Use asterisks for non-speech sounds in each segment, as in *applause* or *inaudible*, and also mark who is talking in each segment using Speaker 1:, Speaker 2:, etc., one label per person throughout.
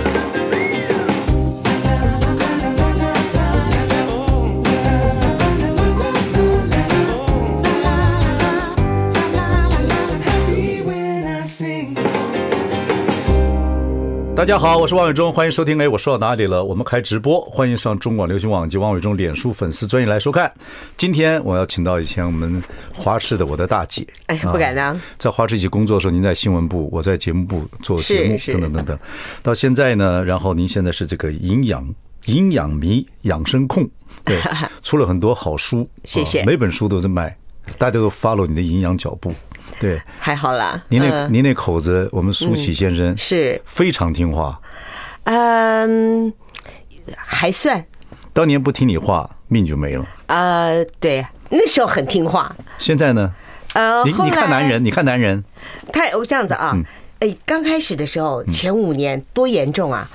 Speaker 1: 大家好，我是王伟忠，欢迎收听。哎，我说到哪里了？我们开直播，欢迎上中广流行网及王伟忠脸书粉丝专业来收看。今天我要请到以前我们华视的我的大姐，
Speaker 2: 哎，不敢当，
Speaker 1: 在华视一起工作的时候，您在新闻部，我在节目部做节目，
Speaker 2: 是是
Speaker 1: 等等等等。到现在呢，然后您现在是这个营养营养迷、养生
Speaker 2: *laughs*
Speaker 1: 控，对，出了很多好书，
Speaker 2: 谢谢
Speaker 1: 啊每本书都是卖，大家都 follow 你的营养脚步，对。
Speaker 2: 还好啦。
Speaker 1: 您那、
Speaker 2: 嗯
Speaker 1: 您那口子，我们舒淇先生、
Speaker 2: 是
Speaker 1: 非常听话，
Speaker 2: 嗯，还算
Speaker 1: 当年不听你话，命就没了。
Speaker 2: 呃，对，那时候很听话。
Speaker 1: 现在呢？
Speaker 2: 呃，
Speaker 1: 你
Speaker 2: 后
Speaker 1: 你
Speaker 2: 来
Speaker 1: 看男，人，你嗯看男人，
Speaker 2: 他我这样子啊，哎，刚开始的时候，
Speaker 1: 嗯
Speaker 2: 前五年多严重啊，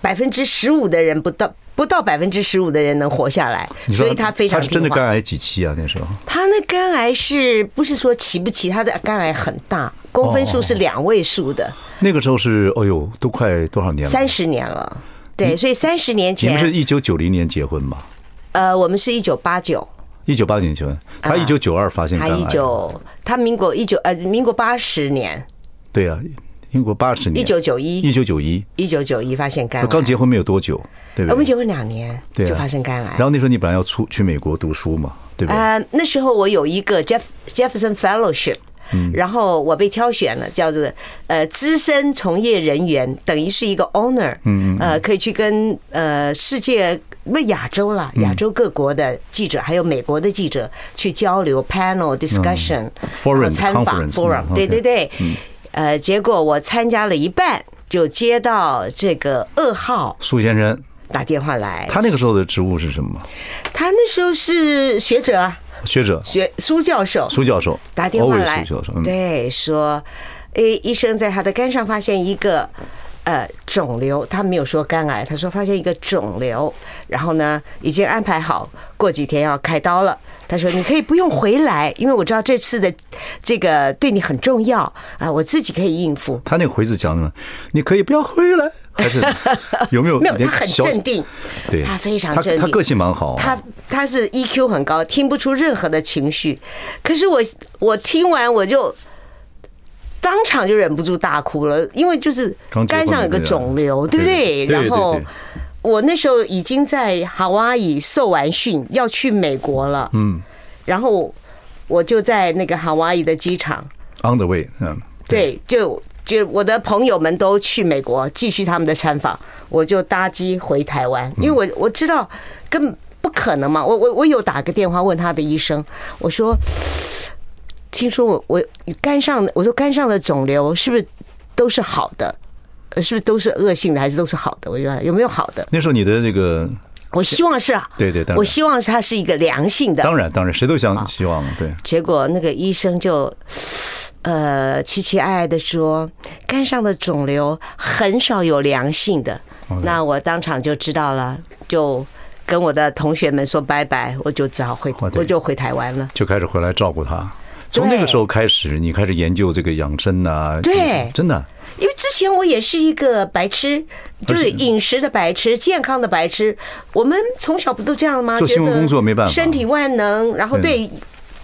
Speaker 2: 百分之十五的人不到。不到百分之十五的人能活下来，
Speaker 1: 你说
Speaker 2: 所以他非常
Speaker 1: 他是真的
Speaker 2: 听话
Speaker 1: 肝癌几期啊？那时候
Speaker 2: 他那肝癌是不是说齐不齐？他的肝癌很大，公分
Speaker 1: 哦
Speaker 2: 数是两位数的，
Speaker 1: 那个时候是，哎呦，都快多少年了？
Speaker 2: 三十年了。对，所以三十年
Speaker 1: 你们是
Speaker 2: 前，
Speaker 1: 一九九零年结婚吧？
Speaker 2: 呃，我们是一九八九，
Speaker 1: 一九八九年结婚，他一九九二发现
Speaker 2: 啊他
Speaker 1: 肝癌。
Speaker 2: 一九，他民国一九呃，民国八十年，
Speaker 1: 对啊，英国八十年，
Speaker 2: 一九九一
Speaker 1: 一，九九一，
Speaker 2: 一九九一发现肝癌。
Speaker 1: 刚结婚没有多久，对
Speaker 2: 呃
Speaker 1: 不
Speaker 2: 我
Speaker 1: 对？
Speaker 2: 们结婚两年
Speaker 1: 对啊
Speaker 2: 就发生肝癌
Speaker 1: 然。后那时候你本来要出去美国读书嘛，对不对？
Speaker 2: 呃，那时候我有一个 Jeff Jefferson Fellowship，然
Speaker 1: 嗯
Speaker 2: 后我被挑选了，叫做呃资深从业人员，等于是一个 honor，嗯，呃，可以去跟呃世界那亚洲啦，
Speaker 1: 嗯
Speaker 2: 亚洲各国的记者，还有美国的记者去交流 panel discussion，
Speaker 1: 嗯 Forum
Speaker 2: 然后参访
Speaker 1: conference，
Speaker 2: forum，
Speaker 1: 嗯
Speaker 2: 对
Speaker 1: OK
Speaker 2: 对对，呃，结果我参加了一半。就接到这个噩耗
Speaker 1: 苏先生，
Speaker 2: 打电话来，
Speaker 1: 他那个时候的职务是什么？
Speaker 2: 他那时候是学者啊，
Speaker 1: 学者，
Speaker 2: 学苏教授，
Speaker 1: 苏教授
Speaker 2: 打电话
Speaker 1: Always
Speaker 2: 来
Speaker 1: 苏教授，嗯，
Speaker 2: 对，说，诶，医生在他的肝上发现一个呃肿瘤，他没有说肝癌，他说发现一个肿瘤，然后呢，已经安排好过几天要开刀了。他说你可以不用回来，因为我知道这次的这个对你很重要啊，我自己可以应付。
Speaker 1: 他那个回字讲什么？你可以不要回来，
Speaker 2: *laughs*
Speaker 1: 还是有没有
Speaker 2: 没有，
Speaker 1: 点
Speaker 2: 他很
Speaker 1: 小
Speaker 2: 镇，定，
Speaker 1: 对，
Speaker 2: 他非常
Speaker 1: 他
Speaker 2: 镇定
Speaker 1: 他个性蛮好啊，
Speaker 2: 他他是 EQ 很高，听不出任何的情绪。可是我我听完我就当场就忍不住大哭了，因为就是
Speaker 1: 刚结婚
Speaker 2: 肝上有个
Speaker 1: 对啊
Speaker 2: 肿瘤，对不
Speaker 1: 对
Speaker 2: 对？
Speaker 1: 对
Speaker 2: 然后
Speaker 1: 对对
Speaker 2: 我那时候已经在夏威夷受完训，要去美国了。嗯，然后我就在那个夏威夷的机场，
Speaker 1: on the way，嗯，
Speaker 2: 对，就就我的朋友们都去美国继续他们的参访，我就搭机回台湾，因
Speaker 1: 嗯
Speaker 2: 为我我知道根本不可能嘛。我我我有打个电话问他的医生，我说，听说我我肝上的，我说肝上的肿瘤是不是都是好的？呃，是不是都是恶性的，还是都是好的？我就问有没有好的？
Speaker 1: 那时候你的那个，
Speaker 2: 我希望是，啊
Speaker 1: 对对当然
Speaker 2: 我希望它是一个良性的。
Speaker 1: *laughs* 当然当然，谁都
Speaker 2: 啊
Speaker 1: 想希望，对，
Speaker 2: 结果那个医生就，呃，奇奇爱爱的说，肝上的肿瘤很少有良性的。那我当场就知道了，就跟我的同学们说拜拜，我就只好回，
Speaker 1: 哇对
Speaker 2: 我就回台湾了。
Speaker 1: 就开始回来照顾他。从
Speaker 2: 对
Speaker 1: 那个时候开始，你开始研究这个养生啊，
Speaker 2: 对
Speaker 1: 真的，
Speaker 2: 因为之前我也是一个白痴，就是
Speaker 1: 而且嗯
Speaker 2: 饮食的白痴、健康的白痴。我们从小不都这样吗？
Speaker 1: 做新闻
Speaker 2: 觉得
Speaker 1: 工作没办法
Speaker 2: 身体万能，然后对。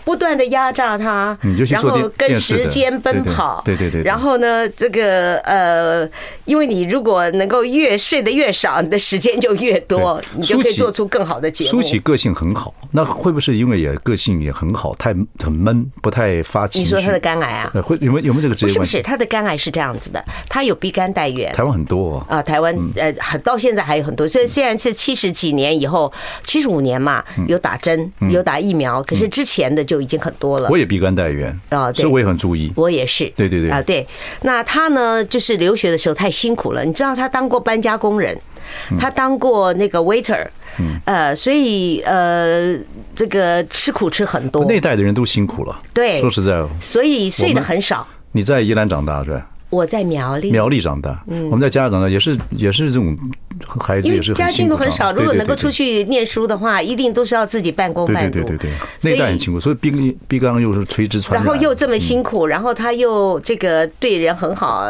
Speaker 2: 不断的压榨他
Speaker 1: 嗯尤，其
Speaker 2: 然
Speaker 1: 做电
Speaker 2: 后跟
Speaker 1: 电视的
Speaker 2: 时间奔跑，
Speaker 1: 对对对对对
Speaker 2: 然后呢，这个呃，因为你如果能够越睡得越少，你的时间就越多，
Speaker 1: 对
Speaker 2: 你就可
Speaker 1: 舒
Speaker 2: 以
Speaker 1: 淇
Speaker 2: 做出更好的节目
Speaker 1: 舒。淇个性很好，那会不会是因为也个性也很好，太很闷，不太发情
Speaker 2: 你
Speaker 1: 绪？
Speaker 2: 说他的肝癌啊？
Speaker 1: 呃会有没有有没有这个
Speaker 2: 不
Speaker 1: 职业
Speaker 2: 是不
Speaker 1: 关系？
Speaker 2: 是，他的肝癌是这样子的，他有鼻肝带源，
Speaker 1: 台湾很多、哦，
Speaker 2: 啊，台湾
Speaker 3: 嗯
Speaker 2: 呃，很到现在还有很多，所以虽然是七十几年以后，七十五年嘛，
Speaker 3: 嗯
Speaker 2: 有打针，有打疫苗，可是之前的就已经很多了
Speaker 1: 我。也逼肝带源
Speaker 2: 啊对
Speaker 1: 所以我也很注意。
Speaker 2: 我也是，
Speaker 1: 对对对
Speaker 2: 啊，对。那他呢，就是留学的时候太辛苦了，你知道他当过搬家工人，
Speaker 3: 嗯
Speaker 2: 他当过那个 waiter，呃，所以呃，这个吃苦吃很多，
Speaker 1: 那代的人都辛苦了，
Speaker 2: 对
Speaker 1: 说实在，
Speaker 2: 所以睡得很少。
Speaker 1: 你
Speaker 2: 嗯
Speaker 1: 在宜兰长大是吧？
Speaker 2: 我在苗栗，
Speaker 1: 苗栗长大，我们在家长大也是也是这种
Speaker 3: 孩子
Speaker 2: 嗯因为
Speaker 3: 也是
Speaker 2: 家
Speaker 3: 很
Speaker 2: 境
Speaker 3: 辛苦
Speaker 2: 都
Speaker 3: 的
Speaker 2: 很少，如果
Speaker 3: 对对
Speaker 2: 能够
Speaker 3: 对
Speaker 2: 出去念书的话，一定都是要自己半工
Speaker 3: 对
Speaker 2: 半
Speaker 3: 对
Speaker 2: 读。
Speaker 3: 对对对，
Speaker 1: 那
Speaker 2: 所
Speaker 1: 代
Speaker 2: 以
Speaker 1: 很辛苦，所以毕赣毕赣又是垂直传
Speaker 2: 然
Speaker 1: 染，
Speaker 2: 后又这么辛苦，
Speaker 1: 嗯
Speaker 2: 然后他又这个对人很好，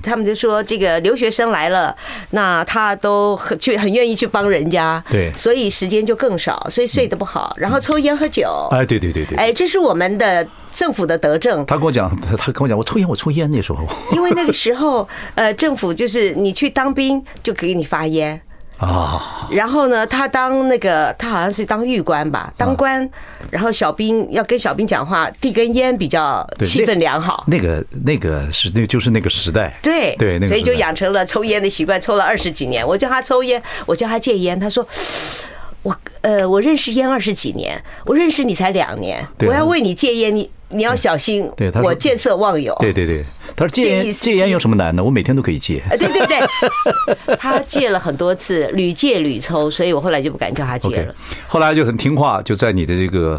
Speaker 2: 他们就说这个留学生来了，那他都很去很愿意去帮人家，
Speaker 3: 对
Speaker 2: 所以时间就更少，所以睡得不好，然后抽烟喝酒，
Speaker 1: 哎，对嗯对对对，
Speaker 2: 哎，这是我们的政府的德政，
Speaker 1: 他跟我讲，他他跟我讲，我抽烟，我抽烟那时候
Speaker 2: 因为那个
Speaker 1: *laughs*
Speaker 2: 时候呃，政府就是你去当兵就给你发烟，
Speaker 1: 啊，
Speaker 2: 然后呢，他当那个他好像是当狱官吧，
Speaker 1: 啊
Speaker 2: 当官，然后小兵要跟小兵讲话，递根烟比较
Speaker 1: 对
Speaker 2: 气氛良好。
Speaker 1: *laughs* 那个那个是那就是那个时代，
Speaker 2: 对
Speaker 1: 对，那个
Speaker 2: 所以
Speaker 1: 时
Speaker 2: 就
Speaker 1: 代
Speaker 2: 养成了抽烟的习惯，抽了二十几年。我叫他抽烟，我叫他戒烟，他说。 *sighs* 我呃，我认识烟二十几年，我认识你才两年，
Speaker 1: 对
Speaker 2: 我要为你戒烟，你你要小心，
Speaker 1: 对他说
Speaker 2: 我见色忘友。
Speaker 1: 对对对，他说戒
Speaker 2: 建议
Speaker 1: 烟
Speaker 2: 司
Speaker 1: 戒烟有什么难的？我每天都可以戒。
Speaker 2: 呃，对对对， *laughs* 他戒了很多次，屡戒屡抽，所以我后来就不敢叫他戒
Speaker 1: OK，
Speaker 2: 了。
Speaker 1: 后来就很听话，就在你的这个，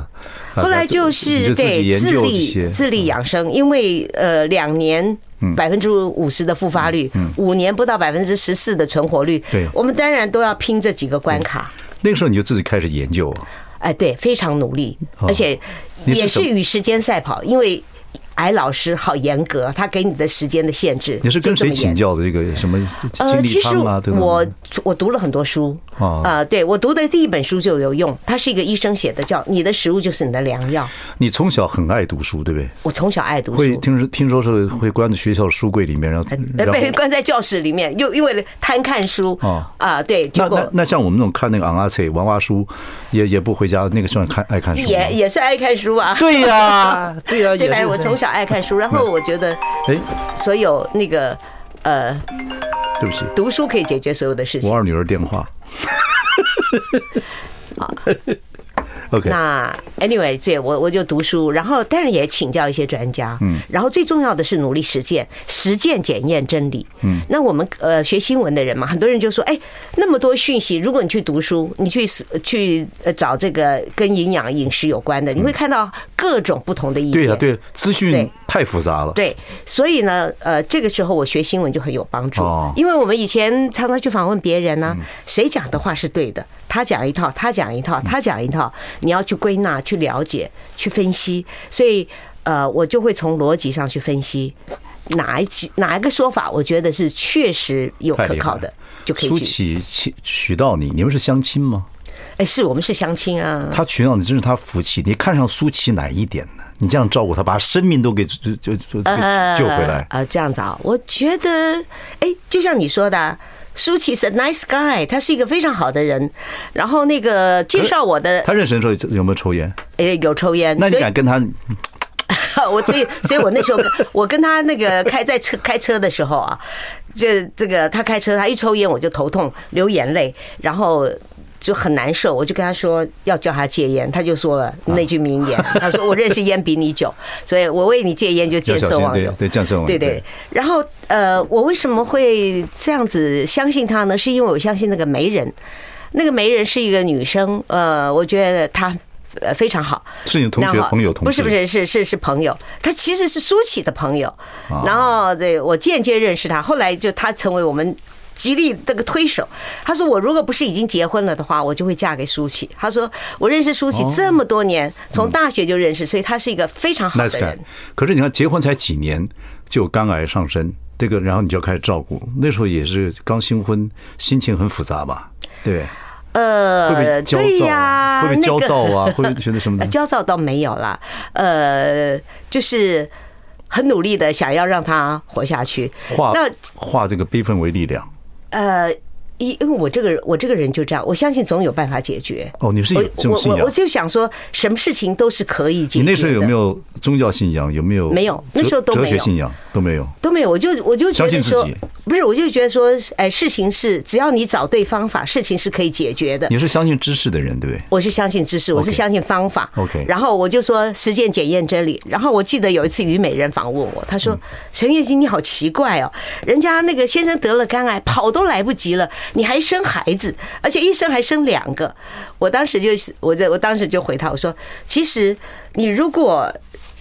Speaker 1: 啊
Speaker 2: 后来就
Speaker 1: 你
Speaker 2: 是
Speaker 1: 就自己
Speaker 2: 对
Speaker 1: 研
Speaker 2: 自
Speaker 1: 究这
Speaker 2: 立
Speaker 1: 些，嗯
Speaker 2: 自立养生，因为呃两年。百分之五十的复发率，五年不到百分之十四的存活率，
Speaker 1: 嗯对
Speaker 2: 我们当然都要拼这几个关卡。
Speaker 1: 那个时候你就自己开始研究，啊
Speaker 2: 哎，对，非常努力，而且
Speaker 1: 哦你是
Speaker 2: 也是
Speaker 1: 什么
Speaker 2: 与时间赛跑，因为癌老师好严格，他给你的时间的限制。
Speaker 1: 你是跟谁请
Speaker 2: 教？
Speaker 1: 教的这个什么
Speaker 2: 呃，
Speaker 1: 精
Speaker 2: 其
Speaker 1: 力
Speaker 2: 实
Speaker 1: 汤啊？对吧？
Speaker 2: 我我读了很多书
Speaker 1: 哦
Speaker 2: 啊，对我读的第一本书就有用，它是一个医生写的，叫《你的食物就是你的良药》。
Speaker 1: 你从小很爱读书，对不对？
Speaker 2: 我从小爱读
Speaker 1: 会
Speaker 2: 书。
Speaker 1: 听说听说是会关在学校的书柜里面，然后
Speaker 2: 呃
Speaker 1: 嗯然后
Speaker 2: 被关在教室里面，又因为贪看书
Speaker 1: 哦
Speaker 2: 啊，对，
Speaker 1: 那
Speaker 2: 结
Speaker 1: 那
Speaker 2: 果
Speaker 1: 那像我们那种看那个昂阿翠娃娃书，也也不回家，那个算看爱看书吗。
Speaker 2: 也也是爱看书啊。
Speaker 1: 对
Speaker 2: *laughs*
Speaker 1: 呀，对呀，
Speaker 2: 对，
Speaker 1: 也
Speaker 2: 反正我
Speaker 1: 是
Speaker 2: 从小爱
Speaker 1: *laughs*
Speaker 2: 看书，然后我觉得
Speaker 1: 哎，
Speaker 2: 所有那个呃，
Speaker 1: 对不起，
Speaker 2: 读书可以解决所有的事情
Speaker 1: 我。二女儿电
Speaker 2: *laughs*
Speaker 1: 话。OK，
Speaker 2: 那 anyway，对我我就读书，然后当然也请教一些专家，嗯，然后最重要的是努力实践，实践检验真理，嗯。那我们呃学新闻的人嘛，很多人就说，哎，那么多讯息，如果你去读书，你去去呃找这个跟营养饮食有关的，你会看到各种不同的意
Speaker 1: 嗯
Speaker 2: 见，
Speaker 1: 对啊呀，对，资讯
Speaker 2: 对
Speaker 1: 太复杂了。
Speaker 2: 对，所以呢，呃，这个时候我学新闻就很有帮助，
Speaker 1: 哦嗯
Speaker 2: 因为我们以前常常去访问别人呢、谁讲的话是对的，他讲一套，他讲一套，他讲一套，你要去归纳、去了解、去分析，所以呃，我就会从逻辑上去分析哪一集哪一个说法，我觉得是确实有
Speaker 1: 太
Speaker 2: 可
Speaker 1: 厉害
Speaker 2: 靠
Speaker 1: 了
Speaker 2: 的，就可
Speaker 1: 苏
Speaker 2: 以去。
Speaker 1: 乞娶娶到你，你们是相亲吗？
Speaker 2: 哎，是我们是相亲啊，
Speaker 1: 他娶到你真是他福气，你看上苏乞哪一点呢？你这样照顾他，把他生命都给就就就给救回来。
Speaker 2: 呃，这样子啊，我觉得，哎，就像你说的啊。舒淇是 nice guy，他是一个非常好的人。然后那个介绍我的，
Speaker 1: 他认识的时候有没有抽烟？
Speaker 2: 呃，有抽烟，
Speaker 1: 那你
Speaker 2: 所以
Speaker 1: 敢跟他？
Speaker 2: 我所以，所以我那时候跟我跟他那个开在车开车的时候啊，这这个他开车，他一抽烟我就头痛流眼泪，然后。就很难受，我就跟他说要叫他戒烟，他就说了那句名言，他说我认识烟比你久，所以我为你戒烟就
Speaker 1: 要
Speaker 2: 见
Speaker 1: 小
Speaker 2: 色
Speaker 1: 心，
Speaker 2: 忘
Speaker 1: 对
Speaker 2: 友。
Speaker 1: 对，降色忘友
Speaker 2: 对对，然后呃，我为什么会这样子相信他呢？是因为我相信那个媒人，那个媒人是一个女生，呃，我觉得她呃非常好，
Speaker 1: 是你同学
Speaker 2: 然后、
Speaker 1: 朋友、同事，
Speaker 2: 不是不是是是是朋友，他其实是舒淇的朋友，
Speaker 1: 啊
Speaker 2: 然后对我间接认识他，后来就他成为我们。极力这个推手，他说我如果不是已经结婚了的话，我就会嫁给舒淇。他说我认识舒淇
Speaker 1: 哦
Speaker 2: 这么多年，从大学就认识，所以他是一个非常好
Speaker 1: 嗯 nice
Speaker 2: 的
Speaker 1: guy
Speaker 2: 人。。
Speaker 1: 可是你看，结婚才几年就有肝癌上身，这个然后你就要开始照顾，那时候也是刚新婚，心情很复杂吧？对，会不
Speaker 2: 呃，
Speaker 1: 会焦
Speaker 2: 对
Speaker 1: 躁
Speaker 2: 呀
Speaker 1: 啊？，会不会焦
Speaker 2: 那个
Speaker 1: 躁啊？
Speaker 2: *laughs*
Speaker 1: 会不会觉得什么
Speaker 2: 呃
Speaker 1: 的？
Speaker 2: 焦躁倒没有啦，呃，就是很努力的想要让他活下去。
Speaker 1: 化
Speaker 2: 那
Speaker 1: 化这个悲愤为力量。
Speaker 2: 呃，因因为我这个人，我这个人就这样，我相信总有办法解决。
Speaker 1: 哦，你是有
Speaker 2: 我
Speaker 1: 这种
Speaker 2: 我
Speaker 1: 信
Speaker 2: 我
Speaker 1: 仰
Speaker 2: 我？就想说，什么事情都是可以解决
Speaker 1: 你
Speaker 2: 的。
Speaker 1: 那时候有没有宗教信仰？有没有？
Speaker 2: 没有那
Speaker 1: 哲
Speaker 2: 时候都没
Speaker 1: 哲
Speaker 2: 有
Speaker 1: 学信仰都没有。
Speaker 2: 都没有？我就我就觉
Speaker 1: 相
Speaker 2: 得
Speaker 1: 信自
Speaker 2: 说
Speaker 1: 己，
Speaker 2: 不是，我就觉得说，哎，事情是只要你找对方法，事情是可以解决的。
Speaker 1: 你是相信知识的人，对不对？
Speaker 2: 我是相信知识，我是相信方法。
Speaker 1: OK
Speaker 2: 然后我就说实践检验真理。然后我记得有一次虞美人访问我，她说：“
Speaker 1: 嗯
Speaker 2: 陈月清，你好奇怪哦，人家那个先生得了肝癌，跑都来不及了，你还生孩子，而且一生还生两个。”我当时就是，我在我当时就回她，我说：“其实你如果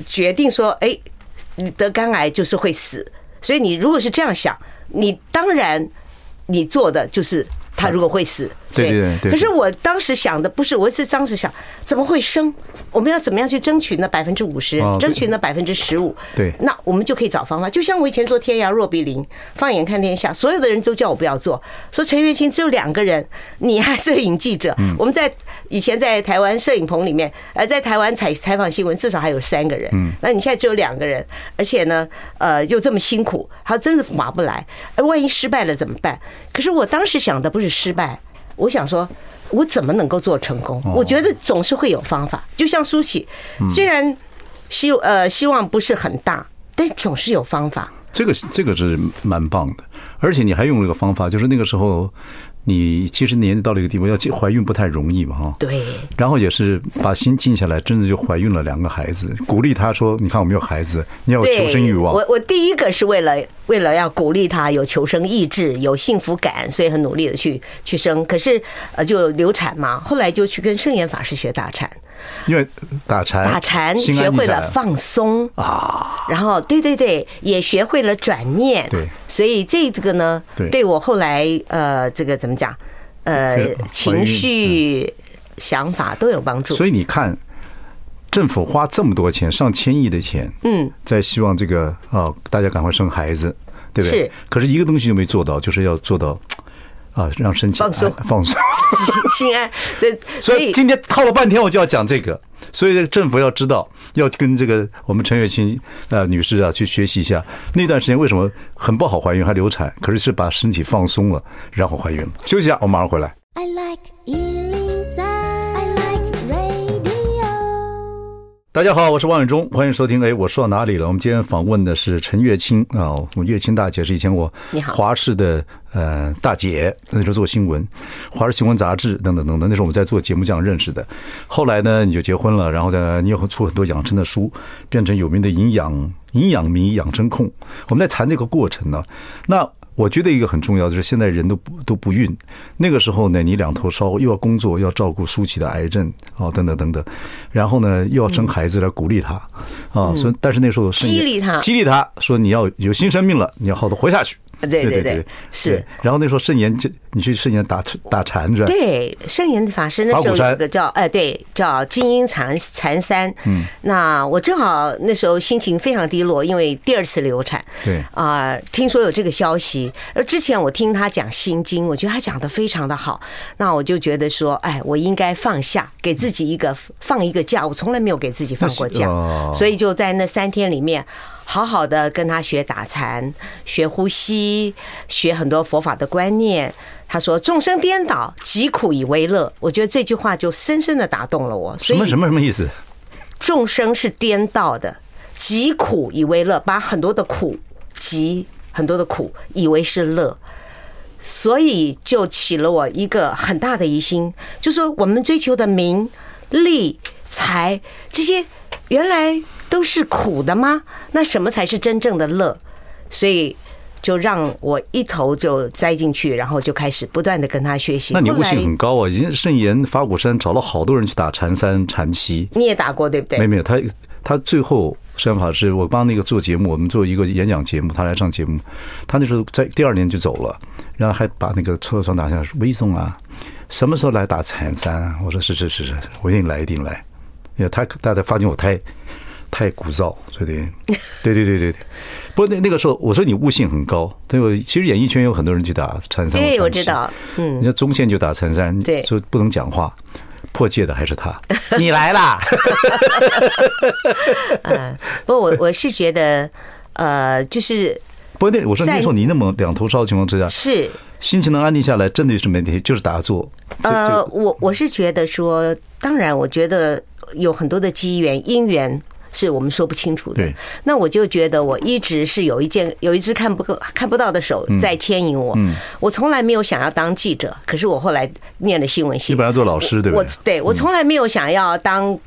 Speaker 2: 决定说，哎，你得肝癌就是会死，所以你如果是这样想，你当然你做的就是。”他如果会死，
Speaker 1: 对对对对
Speaker 2: 可是我当时想的不是，我是当时想怎么会生？我们要怎么样去争取那百分之五十
Speaker 1: 哦，对
Speaker 2: 争取那百分之十五？
Speaker 1: 对
Speaker 2: 那我们就可以找方法。就像我以前做天涯若比邻，放眼看天下，所有的人都叫我不要做，说陈月清只有两个人，你还摄影记者。我们在以前在台湾摄影棚里面，呃，在台湾采采访新闻，至少还有三个人。嗯，那你现在只有两个人，而且呢，呃，又这么辛苦，还真的划不来。哎，万一失败了怎么办？可是我当时想的不是失败，我想说。我怎么能够做成功？我觉得总是会有方法。就像苏喜，虽然希呃希望不是很大，但总是有方法。
Speaker 1: 这个这个是蛮棒的，而且你还用了一个方法，就是那个时候你其实年纪到了一个地步，要结怀孕不太容易嘛，哈。
Speaker 2: 对，
Speaker 1: 然后也是把心静下来，真的就怀孕了两个孩子，鼓励她说：“你看我们有孩子，你要有
Speaker 2: 对，
Speaker 1: 哦求生欲望。”
Speaker 2: 我我第一个是为了为了要鼓励他有求生意志、有幸福感，所以很努力的去去生。可是呃，就流产嘛，后来就去跟圣严法师学打禅，
Speaker 1: 因为打禅，
Speaker 2: 打
Speaker 1: 哎
Speaker 2: 禅
Speaker 1: 心安
Speaker 2: 学
Speaker 1: 理啊
Speaker 2: 会
Speaker 1: 禅
Speaker 2: 了放松
Speaker 1: 啊，
Speaker 2: 然后对对对，也学会了转念。
Speaker 1: 对
Speaker 2: 所以这个呢，
Speaker 1: 对
Speaker 2: 对我后来呃，这个怎么讲？呃
Speaker 1: 是，怀
Speaker 2: 情
Speaker 1: 孕嗯
Speaker 2: 绪、想法都有帮助。
Speaker 1: 所以你看，政府花这么多钱，上千亿的钱，
Speaker 2: 嗯，
Speaker 1: 在希望这个啊、大家赶快生孩子，对不对？
Speaker 2: 是。
Speaker 1: 可是一个东西就没做到，就是要做到啊、让身体
Speaker 2: 放松
Speaker 1: 安放松。
Speaker 2: 心安，这
Speaker 1: 所
Speaker 2: 所
Speaker 1: 以
Speaker 2: 以
Speaker 1: 今天套了半天，我就要讲这个。所以政府要知道，要跟这个我们陈月清呃女士啊去学习一下，那段时间为什么很不好怀孕还流产，可是是把身体放松了，然后怀孕了。休息一下，我马上回来。
Speaker 3: I like Ealing Sound. I like radio.
Speaker 1: 大家好，我是王永忠，欢迎收听。哎，我说到哪里了？我们今天访问的是陈月清啊，我们月清大姐是以前我
Speaker 2: 你好
Speaker 1: 华视的呃大姐，那时候做新闻，华视新闻杂志等等等等，那时候我们在做节目这样认识的。后来呢，你就结婚了，然后呢，你又出很多养生的书，变成有名的营养营养迷、养生控。我们在谈这个过程呢，那。我觉得一个很重要的就是现在人都不都不孕，那个时候呢，你两头烧，又要工作，又要照顾舒淇的癌症哦，等等等等，然后呢，又要生孩子来鼓励她，
Speaker 2: 嗯
Speaker 1: 啊，所以但是那时候是
Speaker 2: 激励她
Speaker 1: 激励她说你要有新生命了，你要好好地活下去。
Speaker 2: 呃对
Speaker 1: 对
Speaker 2: 对
Speaker 1: 对
Speaker 2: 对，是。
Speaker 1: 然后那时候圣言，就你去圣言打打禅是吧？
Speaker 2: 对，圣严法师那
Speaker 1: 法
Speaker 2: 时
Speaker 1: 鼓
Speaker 2: 候有
Speaker 1: 山
Speaker 2: 一个叫哎、对，叫金鹰禅禅山。嗯，那我正好那时候心情非常低落，因为第二次流产。
Speaker 1: 对
Speaker 2: 啊、听说有这个消息，而之前我听他讲《心经》，我觉得他讲的非常的好，那我就觉得说，哎，我应该放下，给自己一个放一个假，我从来没有给自己放过
Speaker 1: 那
Speaker 2: 假
Speaker 1: 是哦，
Speaker 2: 所以就在那三天里面。好好的跟他学打禅，学呼吸，学很多佛法的观念。他说：“众生颠倒，疾苦以为乐。”我觉得这句话就深深的打动了我。所
Speaker 1: 什
Speaker 2: 以
Speaker 1: 么什么什么意思？
Speaker 2: 众生是颠倒的，集苦以为乐，把很多的苦集很多的苦以为是乐，所以就起了我一个很大的疑心，就说我们追求的名利财这些，原来都是苦的吗？那什么才是真正的乐？所以。就让我一头就栽进去，然后就开始不断的跟他学习。
Speaker 1: 那你
Speaker 2: 后
Speaker 1: 悟
Speaker 2: 来
Speaker 1: 性很高啊！已经圣言法鼓山找了好多人去打禅三、禅七，
Speaker 2: 你也打过对不对
Speaker 1: 没？没有，他他最后山法师，我帮那个做节目，我们做一个演讲节目，他来上节目，他那时候在第二年就走了，然后还把那个车窗打下来说：“魏总啊，什么时候来打禅三啊？”我说：“是是是是，我一定来，一定来。”因为他大家发现我太太鼓噪，所以得 *laughs* 对对对对对。不过那那个时候，我说你悟性很高，对我其实演艺圈有很多人去打禅三，
Speaker 2: 对，
Speaker 1: 或
Speaker 2: 我
Speaker 1: 禅
Speaker 2: 知
Speaker 1: 七
Speaker 2: 道，嗯。
Speaker 1: 人家中线就打陈山，
Speaker 2: 对
Speaker 1: 就不能讲话，破戒的还是
Speaker 2: *laughs*
Speaker 1: 他。你来啦，
Speaker 2: 不，我 *laughs* 我是觉得，呃，就是
Speaker 1: 不过那我说
Speaker 2: 在
Speaker 1: 那时候你那么两头烧的情况之下，
Speaker 2: 是，
Speaker 1: 心情能安定下来，真的是没问题，就是打坐。这
Speaker 2: 呃，
Speaker 1: 这
Speaker 2: 我我是觉得说，当然，我觉得有很多的机缘因缘。是我们说不清楚的
Speaker 1: 对。
Speaker 2: 那我就觉得我一直是有一件有一只看不够看不到的手在牵引我。我从来没有想要当记者，可是我后来念了新闻系
Speaker 1: 你。本来做老师对不嗯
Speaker 2: 我
Speaker 1: 对？
Speaker 2: 对我从来没有想要当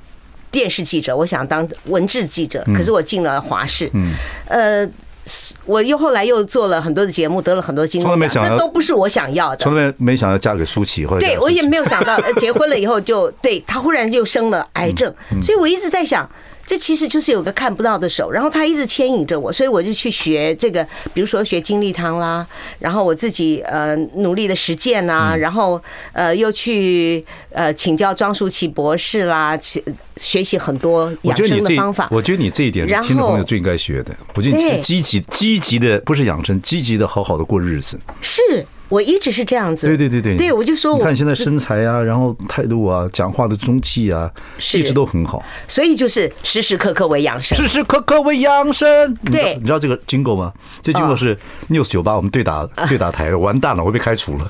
Speaker 2: 电视记者，我想当文字记者，可是
Speaker 1: 嗯
Speaker 2: 我进了华视，呃。我又后来又做了很多的节目，得了很多金
Speaker 1: 从来
Speaker 2: 钟
Speaker 1: 没
Speaker 2: 奖，
Speaker 1: 想要
Speaker 2: 这都不是我想要的
Speaker 1: 从。来没想要嫁给舒淇，后来嫁
Speaker 2: 呃对
Speaker 1: 给
Speaker 2: 我
Speaker 1: 舒
Speaker 2: 也
Speaker 1: 淇 *laughs* 嗯
Speaker 2: 没有想到，呃结婚了以后就对他忽然就生了癌症，所以我一直在想，这其实就是有个看不到的手，然后他一直牵引着我，所以我就去学这个，比如说学精力汤啦，然后我自己呃努力的实践
Speaker 1: 嗯
Speaker 2: 啦，然后呃又去呃请教庄淑琪博士啦，学学习很多
Speaker 1: 我
Speaker 2: 养
Speaker 1: 觉得你
Speaker 2: 生的
Speaker 1: 这
Speaker 2: 方法，。
Speaker 1: 我觉得你这一点是
Speaker 2: 然后
Speaker 1: 听众朋友最应该学的。我觉得你
Speaker 2: 对
Speaker 1: 积极、积极的，不是养生，积极的好好的过日子。
Speaker 2: 是我一直是这样子。
Speaker 1: 对对对对，
Speaker 2: 对我就说
Speaker 1: 你
Speaker 2: 我嗯
Speaker 1: 看现在身材啊，然后态度啊，讲话的中气啊，
Speaker 2: 是
Speaker 1: 一直都很好。
Speaker 2: 所以就是时时刻刻为养生。
Speaker 1: 时时刻刻为养生。你知道
Speaker 2: 对
Speaker 1: 你知道这个经过吗？这经过是 news 酒吧，我们对打对打台，完蛋了，我被开除了。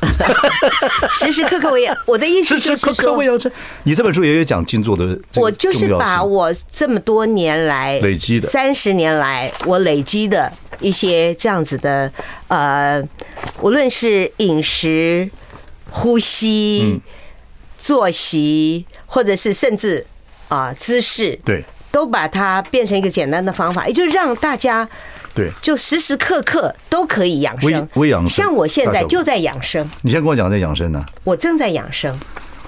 Speaker 2: 时时刻刻为养，我的意思
Speaker 1: 时时
Speaker 2: 就是
Speaker 1: 刻
Speaker 2: 说，
Speaker 1: 刻为养生。你这本书也有讲静坐的这
Speaker 2: 我
Speaker 1: 个
Speaker 2: 就
Speaker 1: 重要
Speaker 2: 是
Speaker 1: 性，
Speaker 2: 把我这么多年来
Speaker 1: 累积的
Speaker 2: 三十年来我累积的一些这样子的呃，无论是饮食、呼吸、
Speaker 1: 嗯
Speaker 2: 作息，或者是甚至啊、姿势，
Speaker 1: 对
Speaker 2: 都把它变成一个简单的方法，也就让大家
Speaker 1: 对。
Speaker 2: 就时时刻刻都可以养生。
Speaker 1: 微微养生
Speaker 2: 像我现
Speaker 1: 大
Speaker 2: 在
Speaker 1: 小
Speaker 2: 就在养生，
Speaker 1: 你先跟我讲在养生呢、
Speaker 2: 我正在养生。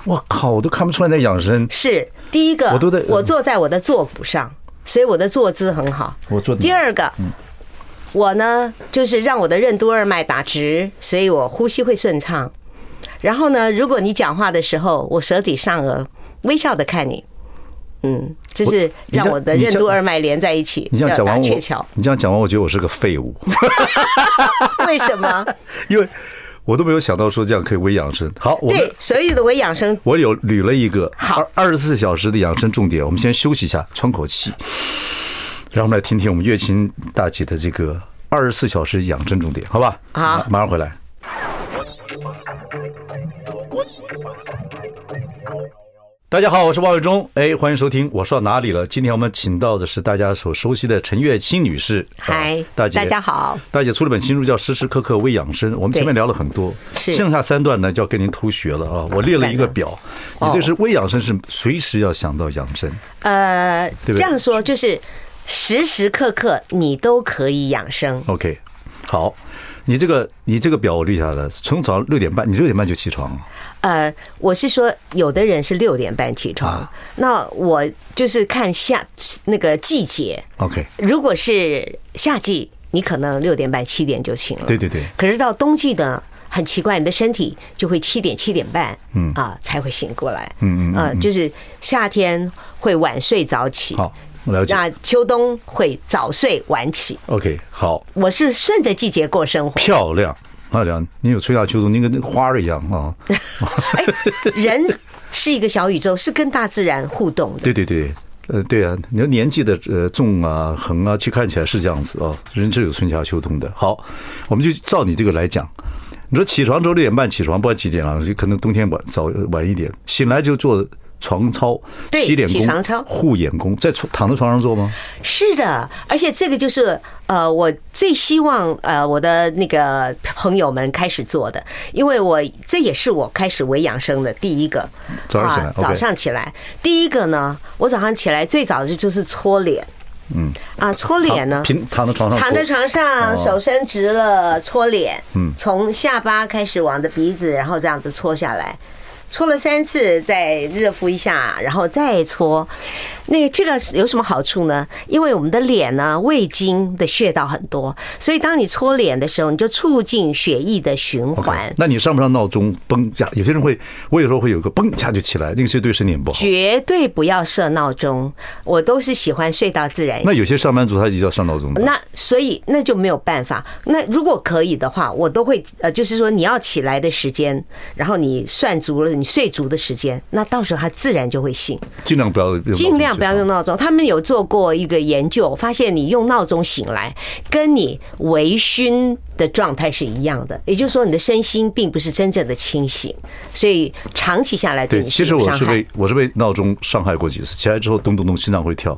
Speaker 1: 我靠，我都看不出来在养生。
Speaker 2: 是第一个，
Speaker 1: 我都在
Speaker 2: 我坐在我的坐骨上，所以我的坐姿很好。
Speaker 1: 我坐得嗯
Speaker 2: 第二个，我呢就是让我的任督二脉打直，所以我呼吸会顺畅。然后呢，如果你讲话的时候，我舌抵上颚，微笑的看你，嗯，这是
Speaker 1: 你
Speaker 2: 让
Speaker 1: 像
Speaker 2: 我的
Speaker 1: 你
Speaker 2: 任
Speaker 1: 像
Speaker 2: 督二脉连在一起，
Speaker 1: 你这样
Speaker 2: 叫
Speaker 1: 讲
Speaker 2: 打
Speaker 1: 完
Speaker 2: 鹊
Speaker 1: 我
Speaker 2: 桥。，
Speaker 1: 你这样讲完，我觉得我是个废物，
Speaker 2: 为什
Speaker 1: *laughs*
Speaker 2: 么？
Speaker 1: 因为我都没有想到说这样可以微养生。好，我们
Speaker 2: 对，所以的我养生
Speaker 1: 我有捋了一个
Speaker 2: 好
Speaker 1: 二二十四小时的养生重点，我们先休息一下，喘口气，然后我们来听听我们月琴大姐的这个二十四小时养生重点，好吧？
Speaker 2: 好
Speaker 1: 马马上回来。大家好，我是王伟忠，哎，欢迎收听。我说到哪里了？今天我们请到的是大家所熟悉的陈月清女士。
Speaker 2: 嗨
Speaker 1: 呃大姐，
Speaker 2: 大家好。
Speaker 1: 大姐出了本新书，叫《时时刻刻微养生》。我们前面
Speaker 2: 对
Speaker 1: 聊了很多，
Speaker 2: 是
Speaker 1: 剩下三段呢就要跟您偷学了啊！我列了一个表，你
Speaker 2: 哦
Speaker 1: 这是微养生，是随时要想到养生。
Speaker 2: 呃，
Speaker 1: 对不对
Speaker 2: 这样说就是时时刻刻你都可以养生。
Speaker 1: OK，好，你这个你这个表我列下来了，从早上六点半，你六点半就起床了，
Speaker 2: 呃，我是说，有的人是六点半起床，
Speaker 1: 啊
Speaker 2: 那我就是看夏那个季节。
Speaker 1: OK，
Speaker 2: 如果是夏季，你可能六点半、七点就醒了。
Speaker 1: 对对对
Speaker 2: 可是到冬季呢，很奇怪，你的身体就会七点、七点半，嗯啊，才会醒过来。嗯嗯啊，就是夏天会晚睡早起。
Speaker 1: 好，我了解。
Speaker 2: 那秋冬会早睡晚起，
Speaker 1: OK，好，
Speaker 2: 我是顺着季节过 *laughs* 生活。
Speaker 1: 漂亮。漂亮，你有春夏秋冬，你跟那花儿一样啊！
Speaker 2: 哎，人是一个小宇宙，是跟大自然互动的。
Speaker 1: 对对对，呃，对啊，你说年纪的呃重啊、横啊，其实看起来是这样子啊，人是有春夏秋冬的。好，我们就照你这个来讲。你说起床之后六点半起床，不管几点了，就可能冬天晚早晚一点，醒来就做床操、
Speaker 2: 对
Speaker 1: 洗脸
Speaker 2: 起床操
Speaker 1: 功、护眼功，在床躺在床上做吗？
Speaker 2: 是的，而且这个就是呃，我最希望呃我的那个朋友们开始做的，因为我这也是我开始为养生的第一个。
Speaker 1: 早上起来
Speaker 2: 啊
Speaker 1: OK
Speaker 2: 早上起来，第一个呢，我早上起来最早的就是搓脸。嗯啊，搓脸呢
Speaker 1: 躺？平躺在床上做，
Speaker 2: 躺在床上，
Speaker 1: 哦
Speaker 2: 手伸直了，搓脸，嗯，从下巴开始往着鼻子，然后这样子搓下来，搓了三次，再热敷一下，然后再搓。那这个有什么好处呢？因为我们的脸呢，胃经的穴道很多，所以当你搓脸的时候，你就促进血液的循
Speaker 1: OK，
Speaker 2: 环。
Speaker 1: 那你上不上闹钟？嘣一下，有些人会，我有时候会有个嘣一下就起来，那个其实对身体很不好。
Speaker 2: 绝对不要设闹钟，我都是喜欢睡到自然醒
Speaker 1: 那。有些上班族他一定要上闹钟的。
Speaker 2: 那所以那就没有办法。那如果可以的话，我都会呃，就是说你要起来的时间，然后你算足了，你睡足的时间，那到时候它自然就会醒。
Speaker 1: 尽量不要用闹钟
Speaker 2: 尽量不要
Speaker 1: 起床
Speaker 2: 用闹钟。他们有做过一个研究，发现你用闹钟醒来，跟你微醺的状态是一样的，也就是说你的身心并不是真正的清醒，所以长期下来对
Speaker 1: 对，
Speaker 2: 你
Speaker 1: 其实
Speaker 2: 有
Speaker 1: 我
Speaker 2: 伤
Speaker 1: 是
Speaker 2: 害
Speaker 1: 被我是被闹钟伤害过几次，起来之后咚咚咚，心脏会
Speaker 2: *laughs*
Speaker 1: 跳，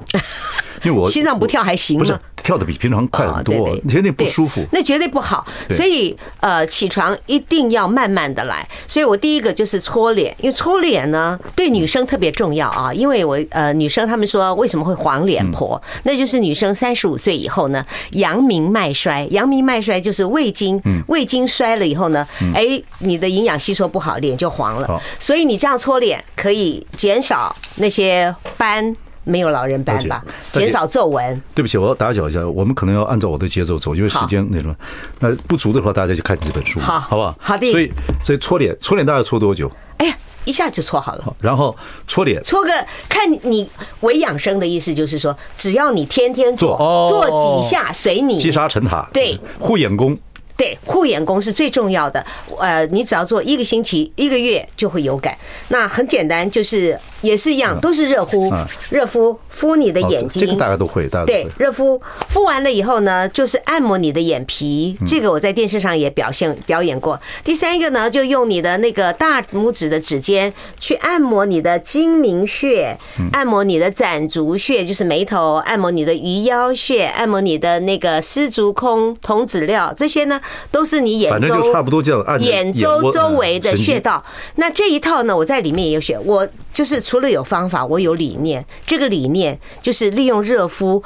Speaker 1: 因为我
Speaker 2: 心脏不跳还行
Speaker 1: 不是
Speaker 2: 吗？
Speaker 1: 跳的比平常快
Speaker 2: 啊
Speaker 1: 很
Speaker 2: 对
Speaker 1: 多
Speaker 2: 对，
Speaker 1: 你觉得那不
Speaker 2: 对
Speaker 1: 舒服。
Speaker 2: 那绝对不好。
Speaker 1: 对
Speaker 2: 所以呃，起床一定要慢慢的来。所以我第一个就是搓脸，因为搓脸呢对女生特别重要啊，因为我呃女生她们说为什么会黄脸婆，
Speaker 1: 嗯
Speaker 2: 那就是女生三十五岁以后呢，阳明脉衰，阳明脉衰就是胃经，
Speaker 1: 嗯
Speaker 2: 胃经衰了以后呢，哎，你的营养吸收不好，脸就黄了
Speaker 1: 好。
Speaker 2: 所以你这样搓脸可以减少那些斑。没有老人斑吧
Speaker 1: 了，解
Speaker 2: 减少皱纹。
Speaker 1: 对不起，我要打搅一下，我们可能要按照我的节奏走，因为时间那什么，那不足的话大家就看这本书，
Speaker 2: 好
Speaker 1: 好不好？
Speaker 2: 好的
Speaker 1: 所以，所以搓脸，搓脸大概搓多久？
Speaker 2: 哎呀，一下就搓好了。
Speaker 1: 然后搓脸，
Speaker 2: 搓个看你为养生的意思就是说，只要你天天做，
Speaker 1: 做哦
Speaker 2: 做几下随你。
Speaker 1: 击杀沉塔，
Speaker 2: 对，
Speaker 1: 护眼功，
Speaker 2: 对，护眼功是最重要的。呃，你只要做一个星期、一个月就会有感。那很简单，就是也是一样，都是热敷
Speaker 1: 嗯，
Speaker 2: 热敷敷你的
Speaker 1: 哦
Speaker 2: 眼
Speaker 1: 这个
Speaker 2: 睛。
Speaker 1: 大家都会，大家都
Speaker 2: 对
Speaker 1: 会，。
Speaker 2: 热敷敷完了以后呢，就是按摩你的眼皮，
Speaker 1: 嗯
Speaker 2: 这个我在电视上也表现表演过。第三个呢，就用你的那个大拇指的指尖去按摩你的睛明穴，
Speaker 1: 嗯
Speaker 2: 按摩你的攒竹穴，就是眉头，按摩你的鱼腰穴，按摩你的那个丝竹空、童子髎，这些呢都是你眼
Speaker 1: 反正
Speaker 2: 周
Speaker 1: 就差不多这样按着
Speaker 2: 眼
Speaker 1: 眼窝
Speaker 2: 周周
Speaker 1: 嗯
Speaker 2: 围的
Speaker 1: 神
Speaker 2: 穴
Speaker 1: 经
Speaker 2: 道。那这一套呢，我在里面也有写。我就是除了有方法，我有理念。这个理念就是利用热敷。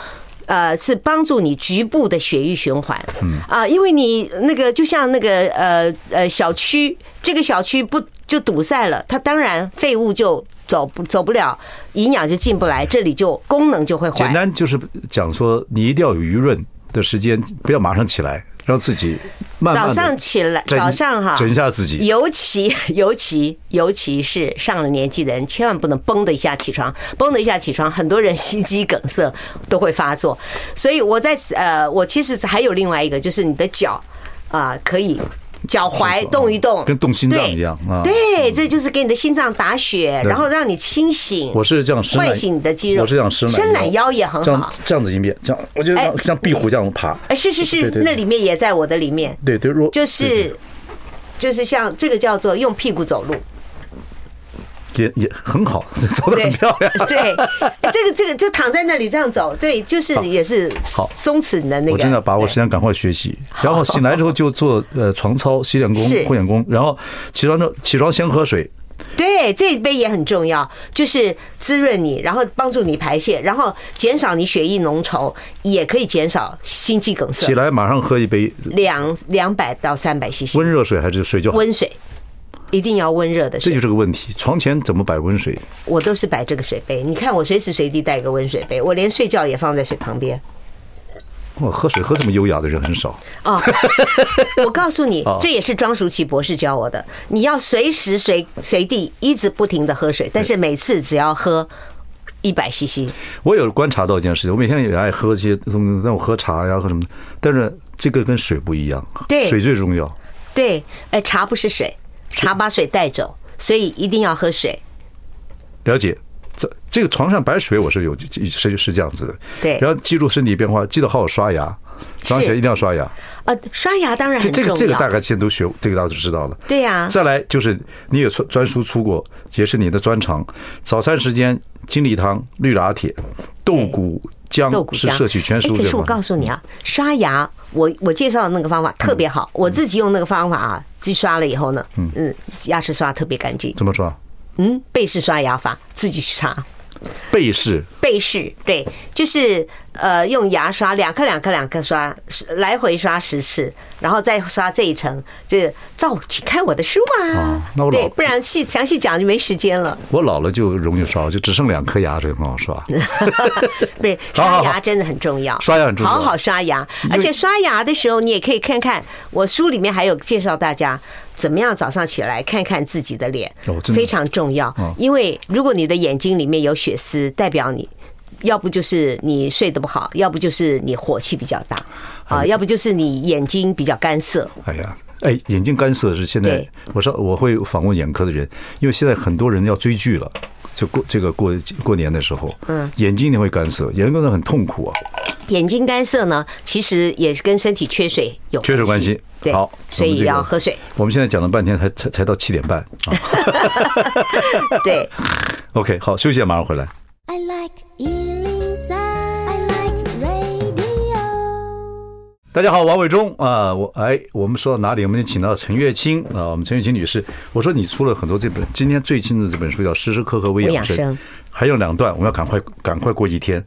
Speaker 2: 呃，是帮助你局部的血液循环，嗯啊，因为你那个就像那个呃呃小区，这个小区不就堵塞了，它当然废物就走不走不了，营养就进不来，这里就功能就会坏。
Speaker 1: 简单就是讲说，你一定要有余润的时间，不要马上起来，让自己慢慢
Speaker 2: 早
Speaker 1: 地
Speaker 2: 上起来，
Speaker 1: 整
Speaker 2: 早上哈，
Speaker 1: 整一下自己。
Speaker 2: 尤其 *laughs* 尤其尤其是上了年纪的人，千万不能嘣的一下起床，嘣的一下起床，很多人心肌梗塞都会发作。所以我在呃，我其实还有另外一个，就是你的脚啊、可以脚踝动一动，
Speaker 1: 跟动心脏一样啊
Speaker 2: 对对，这就是给你的心脏打血，然后让你清醒。
Speaker 1: 我是这样伸懒，
Speaker 2: 唤醒你的肌肉，
Speaker 1: 我是这样伸
Speaker 2: 伸懒腰也很
Speaker 1: 这
Speaker 2: 好
Speaker 1: 样。这样子一面，这样我就
Speaker 2: 哎
Speaker 1: 像像壁虎这样爬。
Speaker 2: 哎，是是是
Speaker 1: 对，对对
Speaker 2: 那里面也在我的里面。
Speaker 1: 对对，若
Speaker 2: 就
Speaker 1: 对
Speaker 2: 是就是像这个叫做用屁股走路，
Speaker 1: 对也也很好， *laughs* 走的
Speaker 2: 对
Speaker 1: 很漂亮。
Speaker 2: 对，哎这个这个就躺在那里这样走，对，就是也是
Speaker 1: 好
Speaker 2: 松弛你的那个，
Speaker 1: 我真的要把握时
Speaker 2: 对
Speaker 1: 间，赶快学习。然后醒来之后就做呃床操、洗脸功
Speaker 2: 是、
Speaker 1: 护眼功，然后起床之后起床先喝水，
Speaker 2: 对，这一杯也很重要，就是滋润你，然后帮助你排泄，然后减少你血液浓稠，也可以减少心肌梗塞
Speaker 1: 起，来马上喝一杯
Speaker 2: 两两百到三百 CC
Speaker 1: 温热水还是水就好。
Speaker 2: 温水。一定要温热的
Speaker 1: 这
Speaker 2: 水，
Speaker 1: 就是个问题，床前怎么摆温水？
Speaker 2: 我都是摆这个水杯。你看，我随时随地带一个温水杯，我连睡觉也放在水旁边。
Speaker 1: 我喝水喝这么优雅的人很少。
Speaker 2: 哦， *laughs* 我告诉你，
Speaker 1: 哦
Speaker 2: 这也是庄淑琪博士教我的。你要随时随随地一直不停的喝水，但是每次只要喝一百 CC，
Speaker 1: 我有观察到一件事情，我每天也爱喝一些什么，让我喝茶呀，喝什么，但是这个跟水不一样，
Speaker 2: 对
Speaker 1: 水最重要。
Speaker 2: 对，哎，茶不是水，茶把水带走，所以一定要喝水。
Speaker 1: 了解，这这个床上摆水我是有是是这样子的，
Speaker 2: 对
Speaker 1: 然后记录身体变化，记得好好刷牙，早上起来一定要刷牙。
Speaker 2: 呃，刷牙当然
Speaker 1: 这
Speaker 2: 很
Speaker 1: 这
Speaker 2: 重
Speaker 1: 个
Speaker 2: 要。
Speaker 1: 这个大概现在都学，这个大家都知道了。
Speaker 2: 对啊呀
Speaker 1: 再来就是你也出专书出过，也是你的专长。早餐时间金栗汤、绿拿铁、豆鼓姜
Speaker 2: 豆鼓
Speaker 1: 是
Speaker 2: 浆
Speaker 1: 摄取全
Speaker 2: 哎
Speaker 1: 书
Speaker 2: 可
Speaker 1: 对
Speaker 2: 是我
Speaker 1: 吗？
Speaker 2: 告诉你啊，刷牙，我我介绍的那个
Speaker 1: 嗯
Speaker 2: 方法特别好，我自己用那个方法啊，自己刷了以后呢，嗯，牙齿刷得特别干净。
Speaker 1: 怎么说？啊
Speaker 2: 嗯，背式刷牙法，自己去查。
Speaker 1: 背式
Speaker 2: 背式，对，就是呃用牙刷两颗两颗两颗刷，来回刷十次，然后再刷这一层，就是照请看我的书嘛
Speaker 1: 哦。那我老
Speaker 2: 对，不然细详细讲就没时间了。
Speaker 1: 我老了就容易刷，我就只剩两颗牙齿很好刷。
Speaker 2: *laughs* 不是，
Speaker 1: 好好
Speaker 2: 刷
Speaker 1: 好
Speaker 2: 牙真的很重要，
Speaker 1: 刷牙很重要
Speaker 2: 好好刷牙，而且刷牙的时候你也可以看看，我书里面还有介绍大家怎么样早上起来看看自己的脸
Speaker 1: 哦真的，
Speaker 2: 非常重要
Speaker 1: 哦。
Speaker 2: 因为如果你的眼睛里面有血丝，代表你。要不就是你睡得不好，要不就是你火气比较大，啊，要不就是你眼睛比较干涩。
Speaker 1: 哎呀，哎，眼睛干涩是现在
Speaker 2: 对，
Speaker 1: 我上我会访问眼科的人，因为现在很多人要追剧了，就过这个过过年的时候，嗯，眼睛一定会干涩，眼睛干涩很痛苦啊。
Speaker 2: 眼睛干涩呢，其实也是跟身体缺水有
Speaker 1: 缺水关系。
Speaker 2: 对
Speaker 1: 好，
Speaker 2: 所
Speaker 1: 我
Speaker 2: 以
Speaker 1: 们这个
Speaker 2: 要喝水。
Speaker 1: 我们现在讲了半天，才才才到七点半啊。 *laughs*
Speaker 2: 对。
Speaker 1: OK，好，休息一下，马上回来。
Speaker 3: I like Ealing Sound. I like radio.
Speaker 1: 大家好，王伟忠啊、我哎，我们说到哪里？我们就请到陈月清啊、我们陈月清女士，我说你出了很多这本，今天最新的这本书叫《时时刻刻微养
Speaker 2: 微养生
Speaker 1: 还有两段，我们要赶快赶快过一天。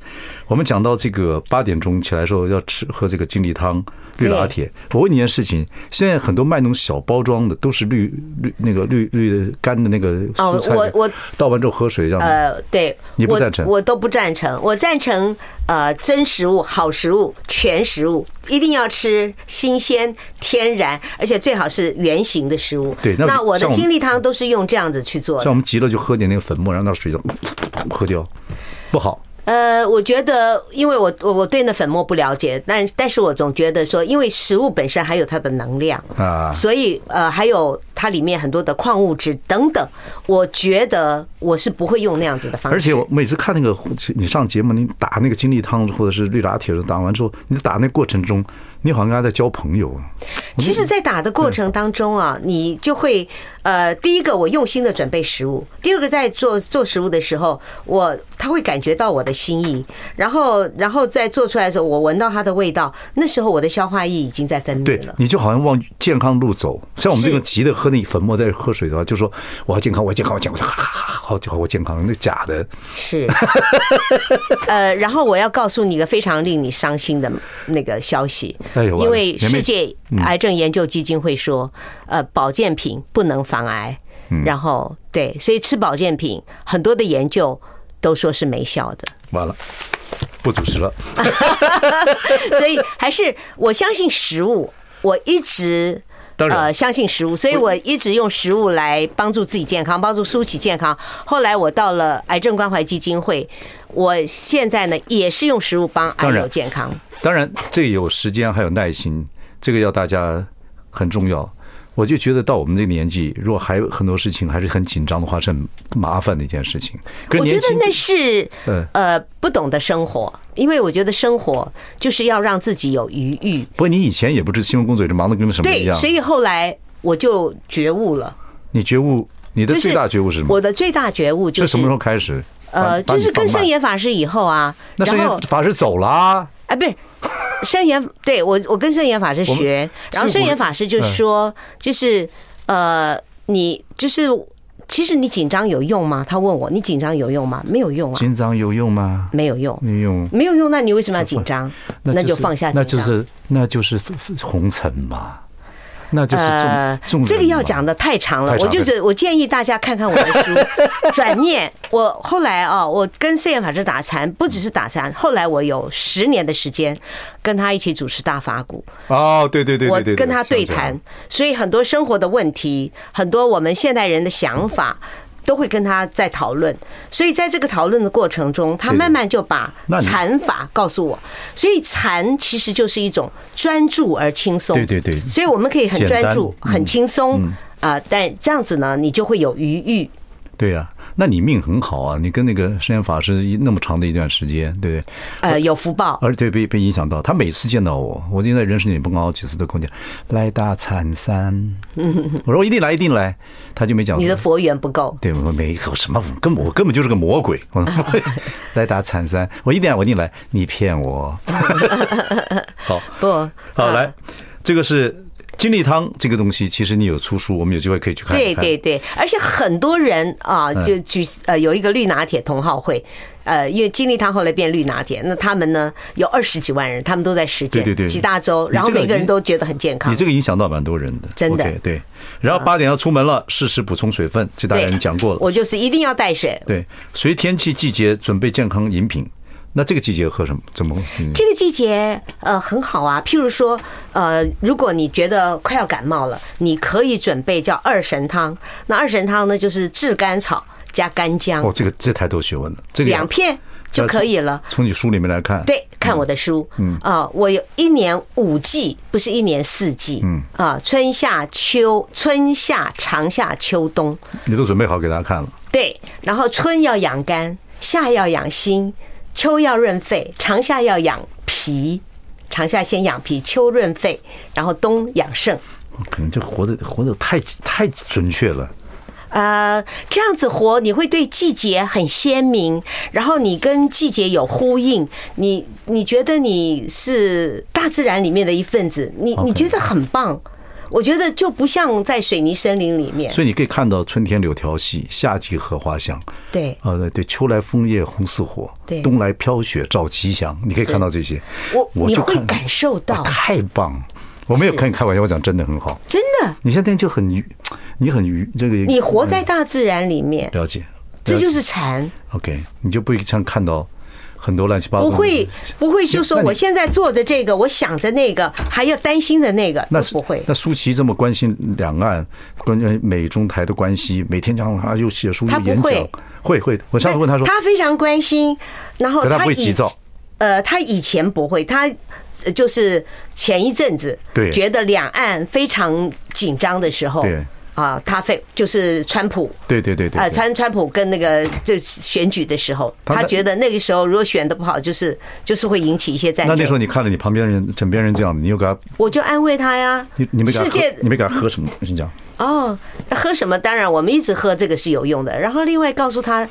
Speaker 1: 我们讲到这个八点钟起来的时候要吃喝这个精力汤、绿拿铁。我问你一件事情，现在很多卖那种小包装的，都是绿绿那个绿绿的干的那个
Speaker 2: 哦
Speaker 1: 蔬菜的，
Speaker 2: 我我
Speaker 1: 倒完之后喝水这样子。
Speaker 2: 呃，对，
Speaker 1: 你不
Speaker 2: 我
Speaker 1: 赞成
Speaker 2: 我都不赞成，我赞成呃真食物、好食物、全食物，一定要吃新鲜、天然，而且最好是圆形的食物。
Speaker 1: 对那
Speaker 2: 那我的
Speaker 1: 像我们
Speaker 2: 精力汤都是用这样子去做的
Speaker 1: 像。我们急了就喝点那个粉末，然后那水就 *coughs* 喝掉，不好。
Speaker 2: 呃，我觉得，因为我我我对那粉末不了解，但但是我总觉得说，因为食物本身还有它的能量
Speaker 1: 啊
Speaker 2: 所以呃，还有它里面很多的矿物质等等，我觉得我是不会用那样子的方式。
Speaker 1: 而且我每次看那个你上节目，你打那个精力汤或者是绿拿铁，打完之后，你打那过程中，你好像跟他在交朋友啊。
Speaker 2: 其实，在打的过程当中啊，你就会呃，第一个我用心的准备食物，第二个在做做食物的时候，我他会感觉到我的心意，然后然后在做出来的时候，我闻到它的味道，那时候我的消化液已经在分
Speaker 1: 对
Speaker 2: 泌了，。
Speaker 1: 你就好像往健康路走。像我们这个
Speaker 2: 是
Speaker 1: 急的喝那粉末在喝水的话，就说我要健康，我要健康，我要健康，哈哈哈哈，好就好，我健康，那 *laughs* 假的。 *laughs*
Speaker 2: 是，呃，然后我要告诉你一个非常令你伤心的那个消息，
Speaker 1: 哎呦完了
Speaker 2: 因为
Speaker 1: 前面嗯
Speaker 2: 世界癌症研究基金会说，呃，保健品不能防癌，
Speaker 1: 嗯
Speaker 2: 然后对，所以吃保健品很多的研究都说是没效的。
Speaker 1: 完了，不主持了。 *laughs*
Speaker 2: 所以还是我相信食物，我一直。
Speaker 1: 当然
Speaker 2: 呃，相信食物，所以我一直用食物来帮助自己健康，帮助苏起健康。后来我到了癌症关怀基金会，我现在呢也是用食物帮癌
Speaker 1: 当然
Speaker 2: 友健康。
Speaker 1: 当然，这有时间还有耐心，这个要大家很重要。我就觉得到我们这个年纪，如果还有很多事情还是很紧张的话，是很麻烦的一件事情。可是
Speaker 2: 我觉
Speaker 1: 年
Speaker 2: 得
Speaker 1: 轻
Speaker 2: 那是
Speaker 1: 嗯
Speaker 2: 呃不懂得生活，因为我觉得生活就是要让自己有余裕。
Speaker 1: 不过你以前也不是新闻工作者，忙得跟什么一
Speaker 2: 对，
Speaker 1: 样
Speaker 2: 所。以后来我就觉悟了，
Speaker 1: 你觉悟，你的
Speaker 2: 就是
Speaker 1: 最大觉悟是什么？
Speaker 2: 我的最大觉悟就是
Speaker 1: 什么时候开始？
Speaker 2: 呃，
Speaker 1: 把
Speaker 2: 就是跟
Speaker 1: 把你
Speaker 2: 圣。
Speaker 1: 放慢
Speaker 2: 严法师以后啊，
Speaker 1: 那圣
Speaker 2: 然后
Speaker 1: 严法师走了啊，
Speaker 2: 啊，不是。圣严，对我我跟圣严法师
Speaker 1: 我们
Speaker 2: 学，然后
Speaker 1: 是
Speaker 2: 圣
Speaker 1: 我
Speaker 2: 严法师就说，就是呃，你就是其实你紧张有用吗？他问我，你紧张有用吗？没有用啊，
Speaker 1: 紧张有用吗？
Speaker 2: 没有用，
Speaker 1: 没用，
Speaker 2: 没有用，那你为什么要紧张？那
Speaker 1: 是
Speaker 2: 就放下
Speaker 1: 那
Speaker 2: 紧
Speaker 1: 就
Speaker 2: 张。
Speaker 1: 是那就是红尘嘛，那就是
Speaker 2: 呃
Speaker 1: 重重，
Speaker 2: 这个要
Speaker 1: 人嘛
Speaker 2: 讲的太长了
Speaker 1: 太，长
Speaker 2: 我就是我建议大家看看我的书《转念》。我后来啊，我跟圣严法师打禅，不只是打禅，后来我有十年的时间跟他一起主持大法鼓。
Speaker 1: 哦，对对对
Speaker 2: 我
Speaker 1: 对对，
Speaker 2: 跟他对
Speaker 1: 想起来
Speaker 2: 谈
Speaker 1: 了，，
Speaker 2: 所以很多生活的问题，很多我们现代人的想法。都会跟他在讨论，所以在这个讨论的过程中，他
Speaker 1: 对对
Speaker 2: 慢慢就把
Speaker 1: 那你
Speaker 2: 禅法告诉我。所以禅其实就是一种专注而轻松。
Speaker 1: 对对对
Speaker 2: 所以我们可以很
Speaker 1: 简单
Speaker 2: 专注、
Speaker 1: 嗯
Speaker 2: 很轻松啊，但这样子呢，你就会有余裕。
Speaker 1: 对呀、那你命很好啊，你跟那个圣严法师一那么长的一段时间，对不对？
Speaker 2: 呃，有福报，
Speaker 1: 而且被被影响到，他每次见到我，我现在人生里不好几次都跟我讲来大惨
Speaker 2: *laughs*
Speaker 1: 山，我说我一定来一定来，他就没讲。
Speaker 2: 你的佛缘不够。
Speaker 1: 对，我没有什么，我根本我根本就是个魔
Speaker 2: *laughs*
Speaker 1: 鬼。 *laughs* 我说来打惨山，我一定来我一定来，你骗
Speaker 2: *laughs*
Speaker 1: 我。好，
Speaker 2: 不，
Speaker 1: 好
Speaker 2: 呃
Speaker 1: 来，这个是精力汤这个东西，其实你有出书，我们有机会可以去看一嗯
Speaker 2: 对
Speaker 1: 看。
Speaker 2: 对对，而且很多人啊，就举呃有一个绿拿铁同好会，呃，因为金立汤后来变绿拿铁，那他们呢有二十几万人，他们都在实践，
Speaker 1: 对对对
Speaker 2: 几大洲，
Speaker 1: 你
Speaker 2: 然后
Speaker 1: 这个
Speaker 2: 每个人
Speaker 1: 你
Speaker 2: 都觉得很健康
Speaker 1: 你。这个影响到蛮多人的，
Speaker 2: 真的
Speaker 1: OK，对，然后八点要出门了，适时补充水分，这大家已经讲过了。
Speaker 2: 我就是一定要带水。
Speaker 1: 对，随天气季节准备健康饮品。那这个季节喝什么？怎么？嗯
Speaker 2: 这个季节呃很好啊，譬如说呃，如果你觉得快要感冒了，你可以准备叫二神汤。那二神汤呢就是炙甘草加干
Speaker 1: 哦，
Speaker 2: 姜，
Speaker 1: 这个这太多学问了。这个
Speaker 2: 两片就可以了。
Speaker 1: 从你书里面来看，
Speaker 2: 对，看我的书，嗯啊、我有一年五季，不是一年四季，嗯啊、春夏秋，春夏长夏秋冬，
Speaker 1: 你都准备好给大家看了。
Speaker 2: 对，然后春要养肝，夏要养心，秋要润肺，长夏要养脾，长夏先养脾，秋润肺，然后冬养肾，
Speaker 1: 可哦能这活的活的太太准确了。
Speaker 2: 呃，这样子活，你会对季节很鲜明，然后你跟季节有呼应，你你觉得你是大自然里面的一份子，你你觉得很棒。我觉得就不像在水泥森林里面，
Speaker 1: 所以你可以看到春天柳条细，夏季荷花香，
Speaker 2: 对。
Speaker 1: 呃，对，秋来枫叶红似火，
Speaker 2: 对
Speaker 1: 冬来飘雪照笄香，你可以看到这些，
Speaker 2: 我你
Speaker 1: 就
Speaker 2: 会
Speaker 1: 看
Speaker 2: 感受到
Speaker 1: 哇太棒了！我没有跟你开玩笑，我讲真的很好。
Speaker 2: 真的，
Speaker 1: 你现在就很愉，你很愉这个，
Speaker 2: 你活在大自然里面，
Speaker 1: 了解，
Speaker 2: 这就是禅，
Speaker 1: OK，你就不会像看到很多乱七八糟
Speaker 2: 不
Speaker 1: 的。
Speaker 2: 会不会就说
Speaker 1: 那你
Speaker 2: 我现在做的这个，我想着那个，还要担心着那个，
Speaker 1: 那
Speaker 2: 都不会。
Speaker 1: 那舒淇这么关心两岸，关于美中台的关系，每天讲啊又写书
Speaker 2: 她
Speaker 1: 又
Speaker 2: 不
Speaker 1: 演
Speaker 2: 会
Speaker 1: 讲，会会。我上次问他说，
Speaker 2: 他非常关心，然后
Speaker 1: 可他
Speaker 2: 他
Speaker 1: 不会
Speaker 2: 以
Speaker 1: 急躁
Speaker 2: 呃，他以前不会，他呃就是前一阵子
Speaker 1: 对
Speaker 2: 觉得两岸非常紧张的时候，
Speaker 1: 对
Speaker 2: 啊，他非就是川普。
Speaker 1: 对对对对，
Speaker 2: 呃，
Speaker 1: 对
Speaker 2: 川川普跟那个就选举的时候，
Speaker 1: 他
Speaker 2: 他觉得那个时候如果选的不好，就是就是会引起一些战
Speaker 1: 那
Speaker 2: 争。
Speaker 1: 那时候你看了你旁边人枕边人这样，你又给他，
Speaker 2: 我就安慰他呀。
Speaker 1: 你你没给他
Speaker 2: 世界
Speaker 1: 喝，你没给他喝什么？你讲，
Speaker 2: 哦，喝什么？当然，我们一直喝这个是有用的。然后另外告诉他，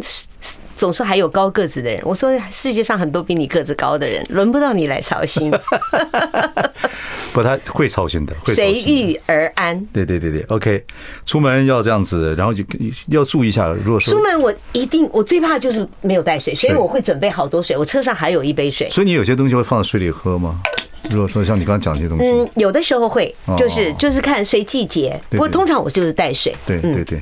Speaker 2: 是是总是还有高个子的人。我说世界上很多比你个子高的人，轮不到你来
Speaker 1: *laughs*
Speaker 2: 操心。
Speaker 1: 不，他会操心的，会操
Speaker 2: 随
Speaker 1: 心的。
Speaker 2: 遇而安。
Speaker 1: 对对对对，OK，出门要这样子，然后就要注意一下。如果说
Speaker 2: 出，门我一定，我最怕就是没有带水，所以
Speaker 1: 是
Speaker 2: 我会准备好多水。我车上还有一杯水。
Speaker 1: 所以你有些东西会放在水里喝吗？如果说像你刚刚讲这些东西，
Speaker 2: 嗯，有的时候会
Speaker 1: 哦，
Speaker 2: 就是就是看随季节。
Speaker 1: 对
Speaker 2: 不过
Speaker 1: 对
Speaker 2: 通常我就是带水。
Speaker 1: 对对对，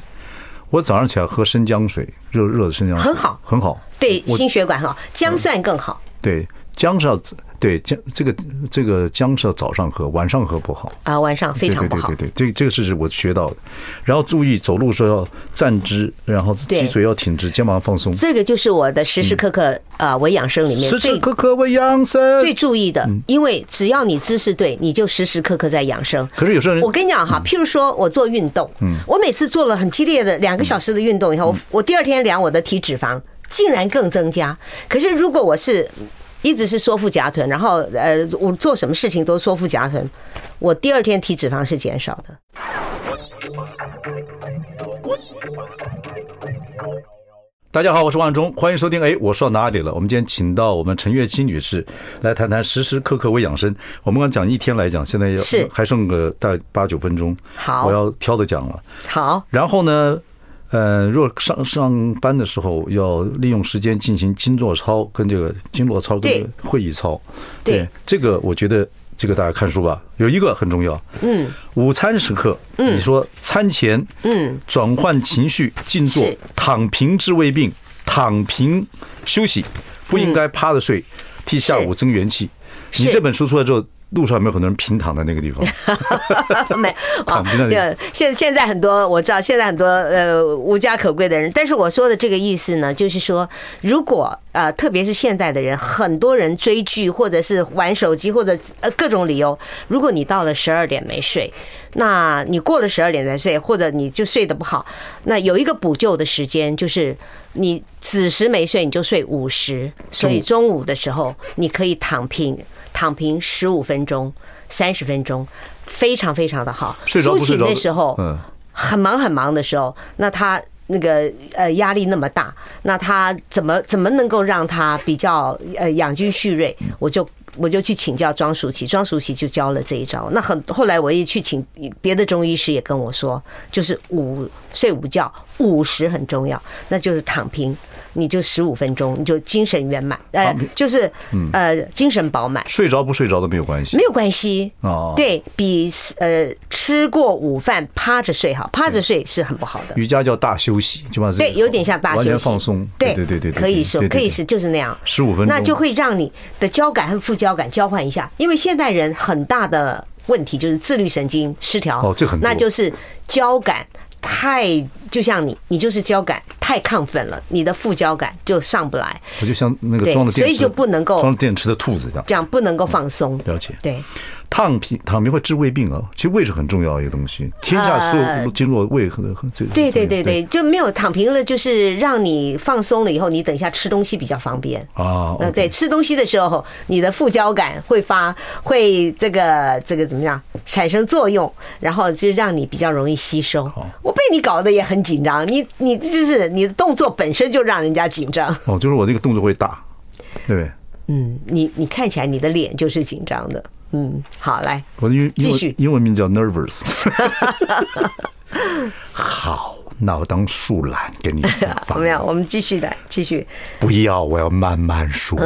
Speaker 1: 我早上起来喝生姜水，热热的生姜水
Speaker 2: 很好
Speaker 1: 很好。
Speaker 2: 对
Speaker 1: 我
Speaker 2: 心血管好，姜蒜更好
Speaker 1: 对姜是要对姜这个这个姜是要早上喝，晚上喝不好。
Speaker 2: 啊，晚上非
Speaker 1: 对
Speaker 2: 常
Speaker 1: 对
Speaker 2: 不
Speaker 1: 对
Speaker 2: 好
Speaker 1: 对。对，这个这个是我学到的。然后注意走路时候要站直，然后
Speaker 2: 对
Speaker 1: 脊椎要挺直，肩膀要放松。
Speaker 2: 这个就是我的时时刻刻啊，我养生里面
Speaker 1: 时时
Speaker 2: 最
Speaker 1: 刻刻为养生。
Speaker 2: 最注意的，
Speaker 1: 嗯
Speaker 2: 因为只要你姿势对，你就时时刻刻在养生。
Speaker 1: 可是有时候人
Speaker 2: 我跟你讲
Speaker 1: 嗯
Speaker 2: 哈，譬如说我做运动，我每次做了很激烈的两个小时的运动以后，
Speaker 1: 嗯
Speaker 2: 我第二天量我的体脂肪竟然更增加。可是如果我是一直是缩腹夹臀，然后呃，我做什么事情都缩腹夹臀，我第二天体脂肪是减少的。
Speaker 1: 大家好，我是万忠，欢迎收听。哎，我说到哪里了？我们今天请到我们陈月清女士来谈谈时时刻刻为养生。我们刚讲一天来讲，现在要
Speaker 2: 是
Speaker 1: 还剩个大概八九分钟，
Speaker 2: 好
Speaker 1: 我要挑着讲了。 *laughs*
Speaker 2: 好，
Speaker 1: 然后呢，呃，如果上上班的时候要利用时间进行经络操跟这个经络操跟
Speaker 2: 对
Speaker 1: 这个会议操，
Speaker 2: 对
Speaker 1: 这个我觉得这个大家看书吧，有一个很重要，嗯，午餐时刻，嗯，你说餐前，嗯，转换情绪，静坐
Speaker 2: 是，
Speaker 1: 躺平治胃病，躺平休息，不应该趴着睡，替下午增元气。
Speaker 2: 嗯是
Speaker 1: 你这本书出来之后，路上有没有很多人平躺在那个地方？
Speaker 2: 没 *laughs* 啊
Speaker 1: 躺平的，那
Speaker 2: 对，现现在很多我知道，现在很多呃无家可归的人，但是我说的这个意思呢，就是说，如果呃，特别是现代的人，很多人追剧或者是玩手机或者呃各种理由，如果你到了十二点没睡，那你过了十二点才睡，或者你就睡得不好，那有一个补救的时间就是。你子时没睡，你就睡午时，所以中午的时候你可以躺平，躺平十五分钟、三十分钟，非常非常的好。
Speaker 1: 睡着不
Speaker 2: 苏
Speaker 1: 睡
Speaker 2: 醒
Speaker 1: 着
Speaker 2: 的时候，
Speaker 1: 嗯，
Speaker 2: 很忙很忙的时候，那他那个呃压力那么大，那他怎么怎么能够让他比较呃养精蓄锐？我就。我就去请教庄淑琪，庄淑琪就教了这一招。那很后来我也去请别的中医师，也跟我说，就是午睡午觉午时很重要，那就是躺平，你就十五分钟，你就精神圆满，呃
Speaker 1: 躺平，嗯
Speaker 2: 就是呃精神饱满，
Speaker 1: 睡着不睡着都没有关系
Speaker 2: 没。有关系。
Speaker 1: 哦
Speaker 2: 对比呃吃过午饭趴着睡好，趴着睡是很不好的。
Speaker 1: 瑜伽叫大休息，就把自己
Speaker 2: 对，有点像
Speaker 1: 嗯
Speaker 2: 大休
Speaker 1: 完
Speaker 2: 息，
Speaker 1: 全放松。
Speaker 2: 对
Speaker 1: 对对对，
Speaker 2: 可以说可以是就是那样。
Speaker 1: 十五分钟，
Speaker 2: 那就会让你的交感和副交感交换一下，因为现代人很大的问题就是自律神经失调，
Speaker 1: 哦这很多
Speaker 2: 那就是交感太，就像你，你就是交感太亢奋了，你的副交感就上不来，
Speaker 1: 我就像那个
Speaker 2: 对
Speaker 1: 装了电池，
Speaker 2: 所以就不能够
Speaker 1: 装了电池的兔子一样。
Speaker 2: 这样不能够放松。
Speaker 1: 了解，
Speaker 2: 对，
Speaker 1: 躺平躺平会治胃病啊，其实胃是很重要的一个东西。天下所
Speaker 2: 呃
Speaker 1: 有经络胃很很这个。
Speaker 2: 对对对对，就没有躺平了，就是让你放松了以后，你等一下吃东西比较方便。
Speaker 1: 啊，
Speaker 2: 呃，
Speaker 1: OK
Speaker 2: 对，吃东西的时候，你的副交感会发，会这个这个怎么样产生作用，然后就让你比较容易吸收。我被你搞得也很紧张，你你就是你的动作本身就让人家紧张。嗯
Speaker 1: 哦，就是我这个动作会大，对不对？
Speaker 2: 嗯，你你看起来你的脸就是紧张的，嗯，好，来，
Speaker 1: 我的英英
Speaker 2: 继
Speaker 1: 文
Speaker 2: 续
Speaker 1: 英文名叫 nervous。好，那我当树懒给你
Speaker 2: *laughs* 怎么样？我们继续来，继续。
Speaker 1: 不要，我要慢慢
Speaker 2: *laughs*
Speaker 1: 说。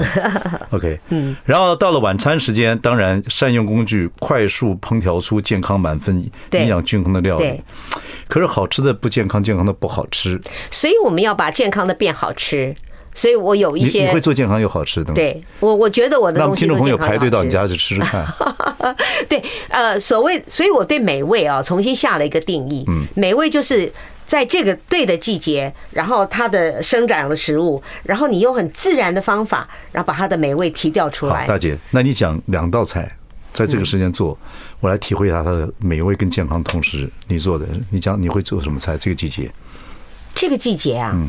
Speaker 1: OK，嗯，然后到了晚餐时间，当然善用工具，快速烹调出健康满分、
Speaker 2: 对
Speaker 1: 营养均衡的料理
Speaker 2: 对。
Speaker 1: 可是好吃的不健康，健康的不好吃。
Speaker 2: 所以我们要把健康的变好吃。所以我有一
Speaker 1: 你你
Speaker 2: 些
Speaker 1: 会做健康又好吃的吗？，
Speaker 2: 对我，我觉得我的
Speaker 1: 让
Speaker 2: 东西
Speaker 1: 听
Speaker 2: 都
Speaker 1: 众朋
Speaker 2: 健
Speaker 1: 友
Speaker 2: 康
Speaker 1: 排队
Speaker 2: 好
Speaker 1: 到
Speaker 2: 吃
Speaker 1: 你家去吃吃看。
Speaker 2: 对，呃，所谓，所以我对美味啊，重新下了一个定义。嗯，美味就是在这个对的季节，然后它的生长的食物，然后你用很自然的方法，然后把它的美味提调出 *laughs*
Speaker 1: 好，
Speaker 2: 来
Speaker 1: 大。姐，那你讲两道菜，在这个时间做，
Speaker 2: 嗯
Speaker 1: 我来体会一下它的美味跟健康同时你做的，你讲你会做什么菜？这个季节
Speaker 2: 这个季节
Speaker 1: 嗯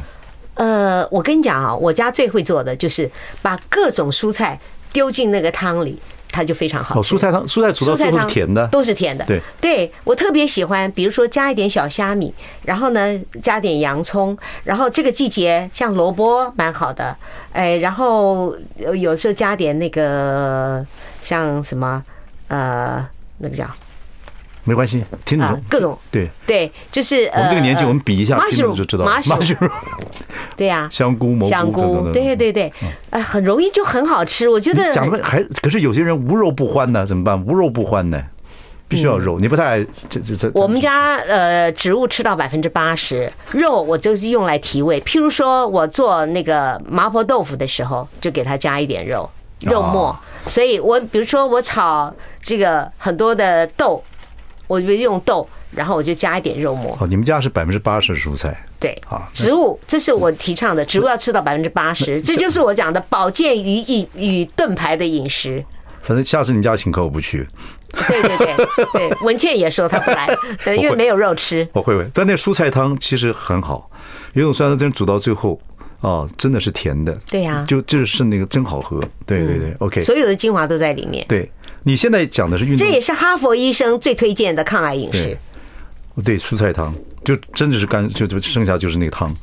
Speaker 2: 啊，呃，我跟你讲啊，我家最会做的就是把各种蔬菜丢进那个汤里，它就非常好
Speaker 1: 哦，
Speaker 2: 吃。
Speaker 1: 蔬菜汤，蔬菜煮到
Speaker 2: 蔬
Speaker 1: 最
Speaker 2: 菜
Speaker 1: 后是
Speaker 2: 汤
Speaker 1: 甜的，
Speaker 2: 都是甜的。
Speaker 1: 对，
Speaker 2: 我特别喜欢，比如说加一点小虾米，然后呢加点洋葱，然后这个季节像萝卜蛮好的，哎，然后呃有时候加点那个像什么呃那个叫
Speaker 1: 没关系，听懂
Speaker 2: 啊
Speaker 1: 了。
Speaker 2: 各种
Speaker 1: 对
Speaker 2: 对，就是
Speaker 1: 嗯我
Speaker 2: 呃
Speaker 1: 们这个年纪，我们比一下，
Speaker 2: 呃
Speaker 1: 听懂就知道了。
Speaker 2: mushroom，
Speaker 1: mushroom
Speaker 2: 对
Speaker 1: *laughs*
Speaker 2: 呀、
Speaker 1: 香菇、蘑菇
Speaker 2: 香
Speaker 1: 等等
Speaker 2: 菇，
Speaker 1: 等等
Speaker 2: 对对对，呃，很容易就很好吃，我
Speaker 1: 嗯
Speaker 2: 觉
Speaker 1: 你
Speaker 2: 得
Speaker 1: 讲的还可是有些人无肉不欢呢，怎么办？无肉不欢呢，必须要肉。你不太爱这这这。
Speaker 2: 嗯我们家呃植物吃到百分之八十，肉我就是用来提味。譬如说我做那个麻婆豆腐的时候，就给它加一点肉肉末。
Speaker 1: 哦
Speaker 2: 所以我比如说我炒这个很多的豆，我就用豆，然后我就加一点肉末。
Speaker 1: 哦，你们家是百分之八十蔬菜，
Speaker 2: 对
Speaker 1: 好，那
Speaker 2: 植物这是我提倡的，植物要吃到百分之八十，这就是我讲的保健与饮与盾牌的饮食。
Speaker 1: 反正下次你们家请客我不去。
Speaker 2: 对对对对，
Speaker 1: *laughs*
Speaker 2: 文倩也说她不来，对，因为没有肉吃。
Speaker 1: 我会会，但那蔬菜汤其实很好，有种酸菜真煮到最后，哦，真的是甜的。
Speaker 2: 对呀嗯
Speaker 1: 就就是那个真好喝。对对对、o k
Speaker 2: 所有的精华都在里面。
Speaker 1: 对你现在讲的是运
Speaker 2: 这
Speaker 1: 动
Speaker 2: 也，是哈佛医生最推荐的抗癌饮食
Speaker 1: 嗯对。对蔬菜汤，就真的是干，就就剩下就是那个汤。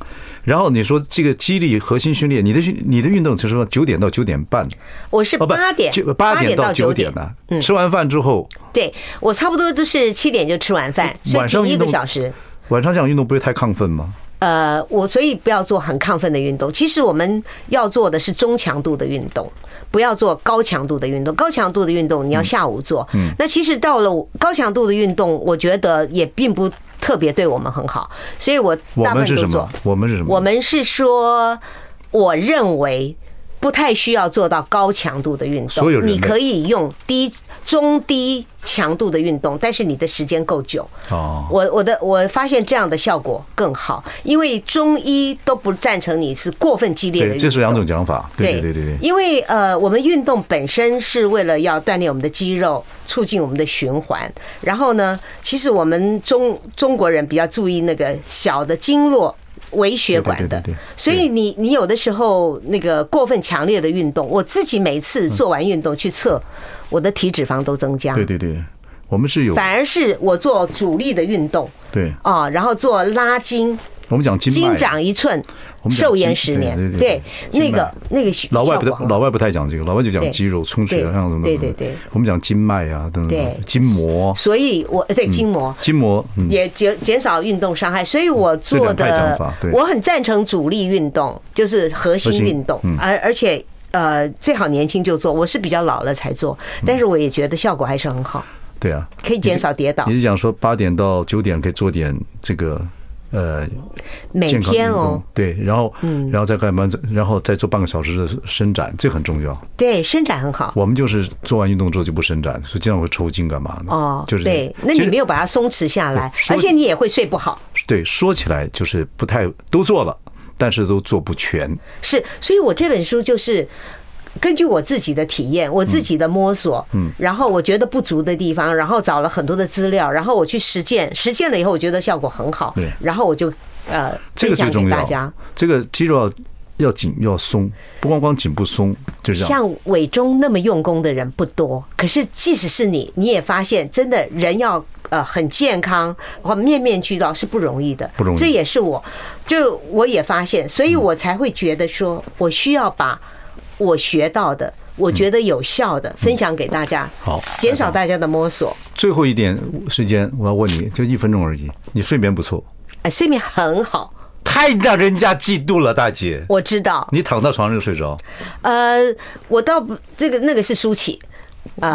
Speaker 1: 然后你说这个肌力核心训练，你的训你的运动就是说九点到九点半，
Speaker 2: 我是
Speaker 1: 哦不，
Speaker 2: 八点
Speaker 1: 九八点到
Speaker 2: 九嗯
Speaker 1: 九点呢、吃完饭之后，
Speaker 2: 对我差不多都是七点就吃完饭，所
Speaker 1: 嗯晚
Speaker 2: 以
Speaker 1: 上
Speaker 2: 停一
Speaker 1: 运
Speaker 2: 个
Speaker 1: 动
Speaker 2: 小时。
Speaker 1: 晚上这样运动不会太亢奋吗？
Speaker 2: 呃，我所以不要做很亢奋的运动。其实我们要做的是中强度的运动，不要做高强度的运动。高强度的运动你
Speaker 1: 嗯
Speaker 2: 要下午做。那其实到了高强度的运动，我觉得也并不特别对我们很好，所以我
Speaker 1: 我
Speaker 2: 大部
Speaker 1: 们
Speaker 2: 分
Speaker 1: 是
Speaker 2: 都
Speaker 1: 什
Speaker 2: 做
Speaker 1: 么。？我们是什么？
Speaker 2: 我们是说，我认为不太需要做到高强度的运动，
Speaker 1: 所有人类
Speaker 2: 你可以用低、中低强度的运动，但是你的时间够久。
Speaker 1: 哦，
Speaker 2: 我我的我发现这样的效果更好，因为中医都不赞成你是过分激烈的
Speaker 1: 对，
Speaker 2: 运
Speaker 1: 这
Speaker 2: 动。
Speaker 1: 是两种讲法。对对对对对，
Speaker 2: 因为呃，我们运动本身是为了要锻炼我们的肌肉，促进我们的循环。然后呢，其实我们中中国人比较注意那个小的经络。微血管
Speaker 1: 对对
Speaker 2: 的
Speaker 1: 对对对，
Speaker 2: 所以你你有的时候那个过分强烈的运动，我自己每次做完运动去测，我的体脂肪都增加，
Speaker 1: 对对对，我们是有
Speaker 2: 反而是我做主力的运动
Speaker 1: 对。
Speaker 2: 啊，然后做拉筋，
Speaker 1: 我们讲筋脉
Speaker 2: 筋长一寸
Speaker 1: 我，们讲
Speaker 2: 寿延
Speaker 1: 筋
Speaker 2: 十
Speaker 1: 对
Speaker 2: 年
Speaker 1: 对，对
Speaker 2: 对，
Speaker 1: 筋
Speaker 2: 那个
Speaker 1: 脉
Speaker 2: 那个效
Speaker 1: 老外不
Speaker 2: 效果
Speaker 1: 太
Speaker 2: 很
Speaker 1: 老外不太讲这个，老外就讲
Speaker 2: 对
Speaker 1: 肌肉充血啊，
Speaker 2: 对
Speaker 1: 像什么
Speaker 2: 对对对
Speaker 1: 我们讲筋脉啊，等
Speaker 2: 对
Speaker 1: 等，筋膜，
Speaker 2: 所以我呃
Speaker 1: 嗯
Speaker 2: 对筋膜。
Speaker 1: 筋膜，嗯，
Speaker 2: 也减减少运动伤害，所以我做
Speaker 1: 这两派讲
Speaker 2: 的
Speaker 1: 法对
Speaker 2: 我很赞成主力运动，就是核
Speaker 1: 核
Speaker 2: 心
Speaker 1: 心
Speaker 2: 运动
Speaker 1: 嗯，
Speaker 2: 而而且呃最好年轻就做，我是比较老了才做，
Speaker 1: 嗯
Speaker 2: 但是我也觉得效果还是很好，
Speaker 1: 对啊，
Speaker 2: 可以减少跌倒
Speaker 1: 你。是讲说八点到九点可以做点这个呃
Speaker 2: 每
Speaker 1: 健康运
Speaker 2: 天哦嗯
Speaker 1: 动，，对，然后然后再干慢，然后再做半个小时的伸展，这很重要。
Speaker 2: 对伸展很好
Speaker 1: 我们就是做完运动之后就不伸展，所以经常会抽筋干嘛的。
Speaker 2: 哦，
Speaker 1: 就是
Speaker 2: 对，那
Speaker 1: 其
Speaker 2: 你
Speaker 1: 实
Speaker 2: 没有把它松弛下来
Speaker 1: 对，说
Speaker 2: 而且你也会睡不好。
Speaker 1: 对说起来就是不太都做了，但是都做不全。
Speaker 2: 是，所以我这本书就是根据我自己的体验，我自己的摸索，嗯，然后我觉得不足的地方，然后找了很多的资料，然后我去实践，实践了以后，我觉得效果很好，
Speaker 1: 对
Speaker 2: 然后我就呃
Speaker 1: 这
Speaker 2: 分
Speaker 1: 个最
Speaker 2: 享
Speaker 1: 重
Speaker 2: 给
Speaker 1: 要。
Speaker 2: 大家。
Speaker 1: 这个肌肉要要紧要松，不光光紧不松，就这样。
Speaker 2: 像伟忠那么用功的人不多，可是即使是你，你也发现真的人要呃很健康或面面俱到是不容易的，
Speaker 1: 不容易
Speaker 2: 这也是我，就我也发现，所以我才会觉得说我需要把我学到的。我觉得有效的分享给大家，
Speaker 1: 嗯好
Speaker 2: 减少大家的摸索。
Speaker 1: 最后一点时间，我要问你，就一分钟而已，你睡眠不错，
Speaker 2: 哎，睡眠很好，
Speaker 1: 太让人家嫉妒了，大姐。
Speaker 2: 我知道。
Speaker 1: 你躺到床上就睡着，
Speaker 2: 呃，我倒不这个那个是舒淇，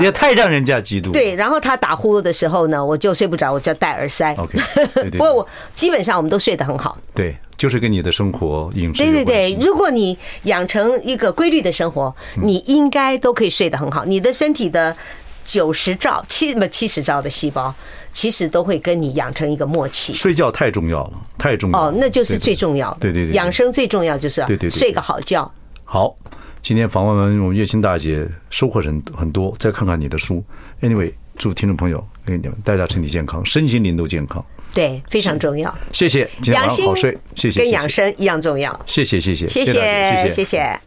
Speaker 1: 也太让人家嫉妒了。
Speaker 2: 啊对，然后他打呼噜的时候呢，我就睡不着，我就戴耳塞。
Speaker 1: OK，对对对
Speaker 2: *laughs* 不过我基本上我们都睡得很好。
Speaker 1: 对，就是跟你的生活饮食
Speaker 2: 对
Speaker 1: 有
Speaker 2: 对
Speaker 1: 关
Speaker 2: 对，
Speaker 1: 系
Speaker 2: 如果你养成一个规律的生活，你应该都可以睡得很好。你的身体的九十兆、七不七十兆的细胞，其实都会跟你养成一个默契。
Speaker 1: 睡觉太重要了，太重要了。
Speaker 2: 哦，那就
Speaker 1: 嗯
Speaker 2: 是
Speaker 1: 对对
Speaker 2: 最重要的。
Speaker 1: 对对对对
Speaker 2: 养生最重要就是要
Speaker 1: 对对对对
Speaker 2: 睡个好觉。
Speaker 1: 好，今天访问完我们月清大姐，收获很很多。再看看你的书，Anyway，祝听众朋友跟你们大家身体健康，身心灵都健康。
Speaker 2: 对，非常重要。
Speaker 1: 谢谢，今天晚
Speaker 2: 养
Speaker 1: 上
Speaker 2: 心
Speaker 1: 好睡，谢谢，
Speaker 2: 跟
Speaker 1: 谢谢
Speaker 2: 养生一样重要。
Speaker 1: 谢谢，谢谢，
Speaker 2: 谢
Speaker 1: 谢大姐
Speaker 2: 谢，
Speaker 1: 谢
Speaker 2: 谢谢。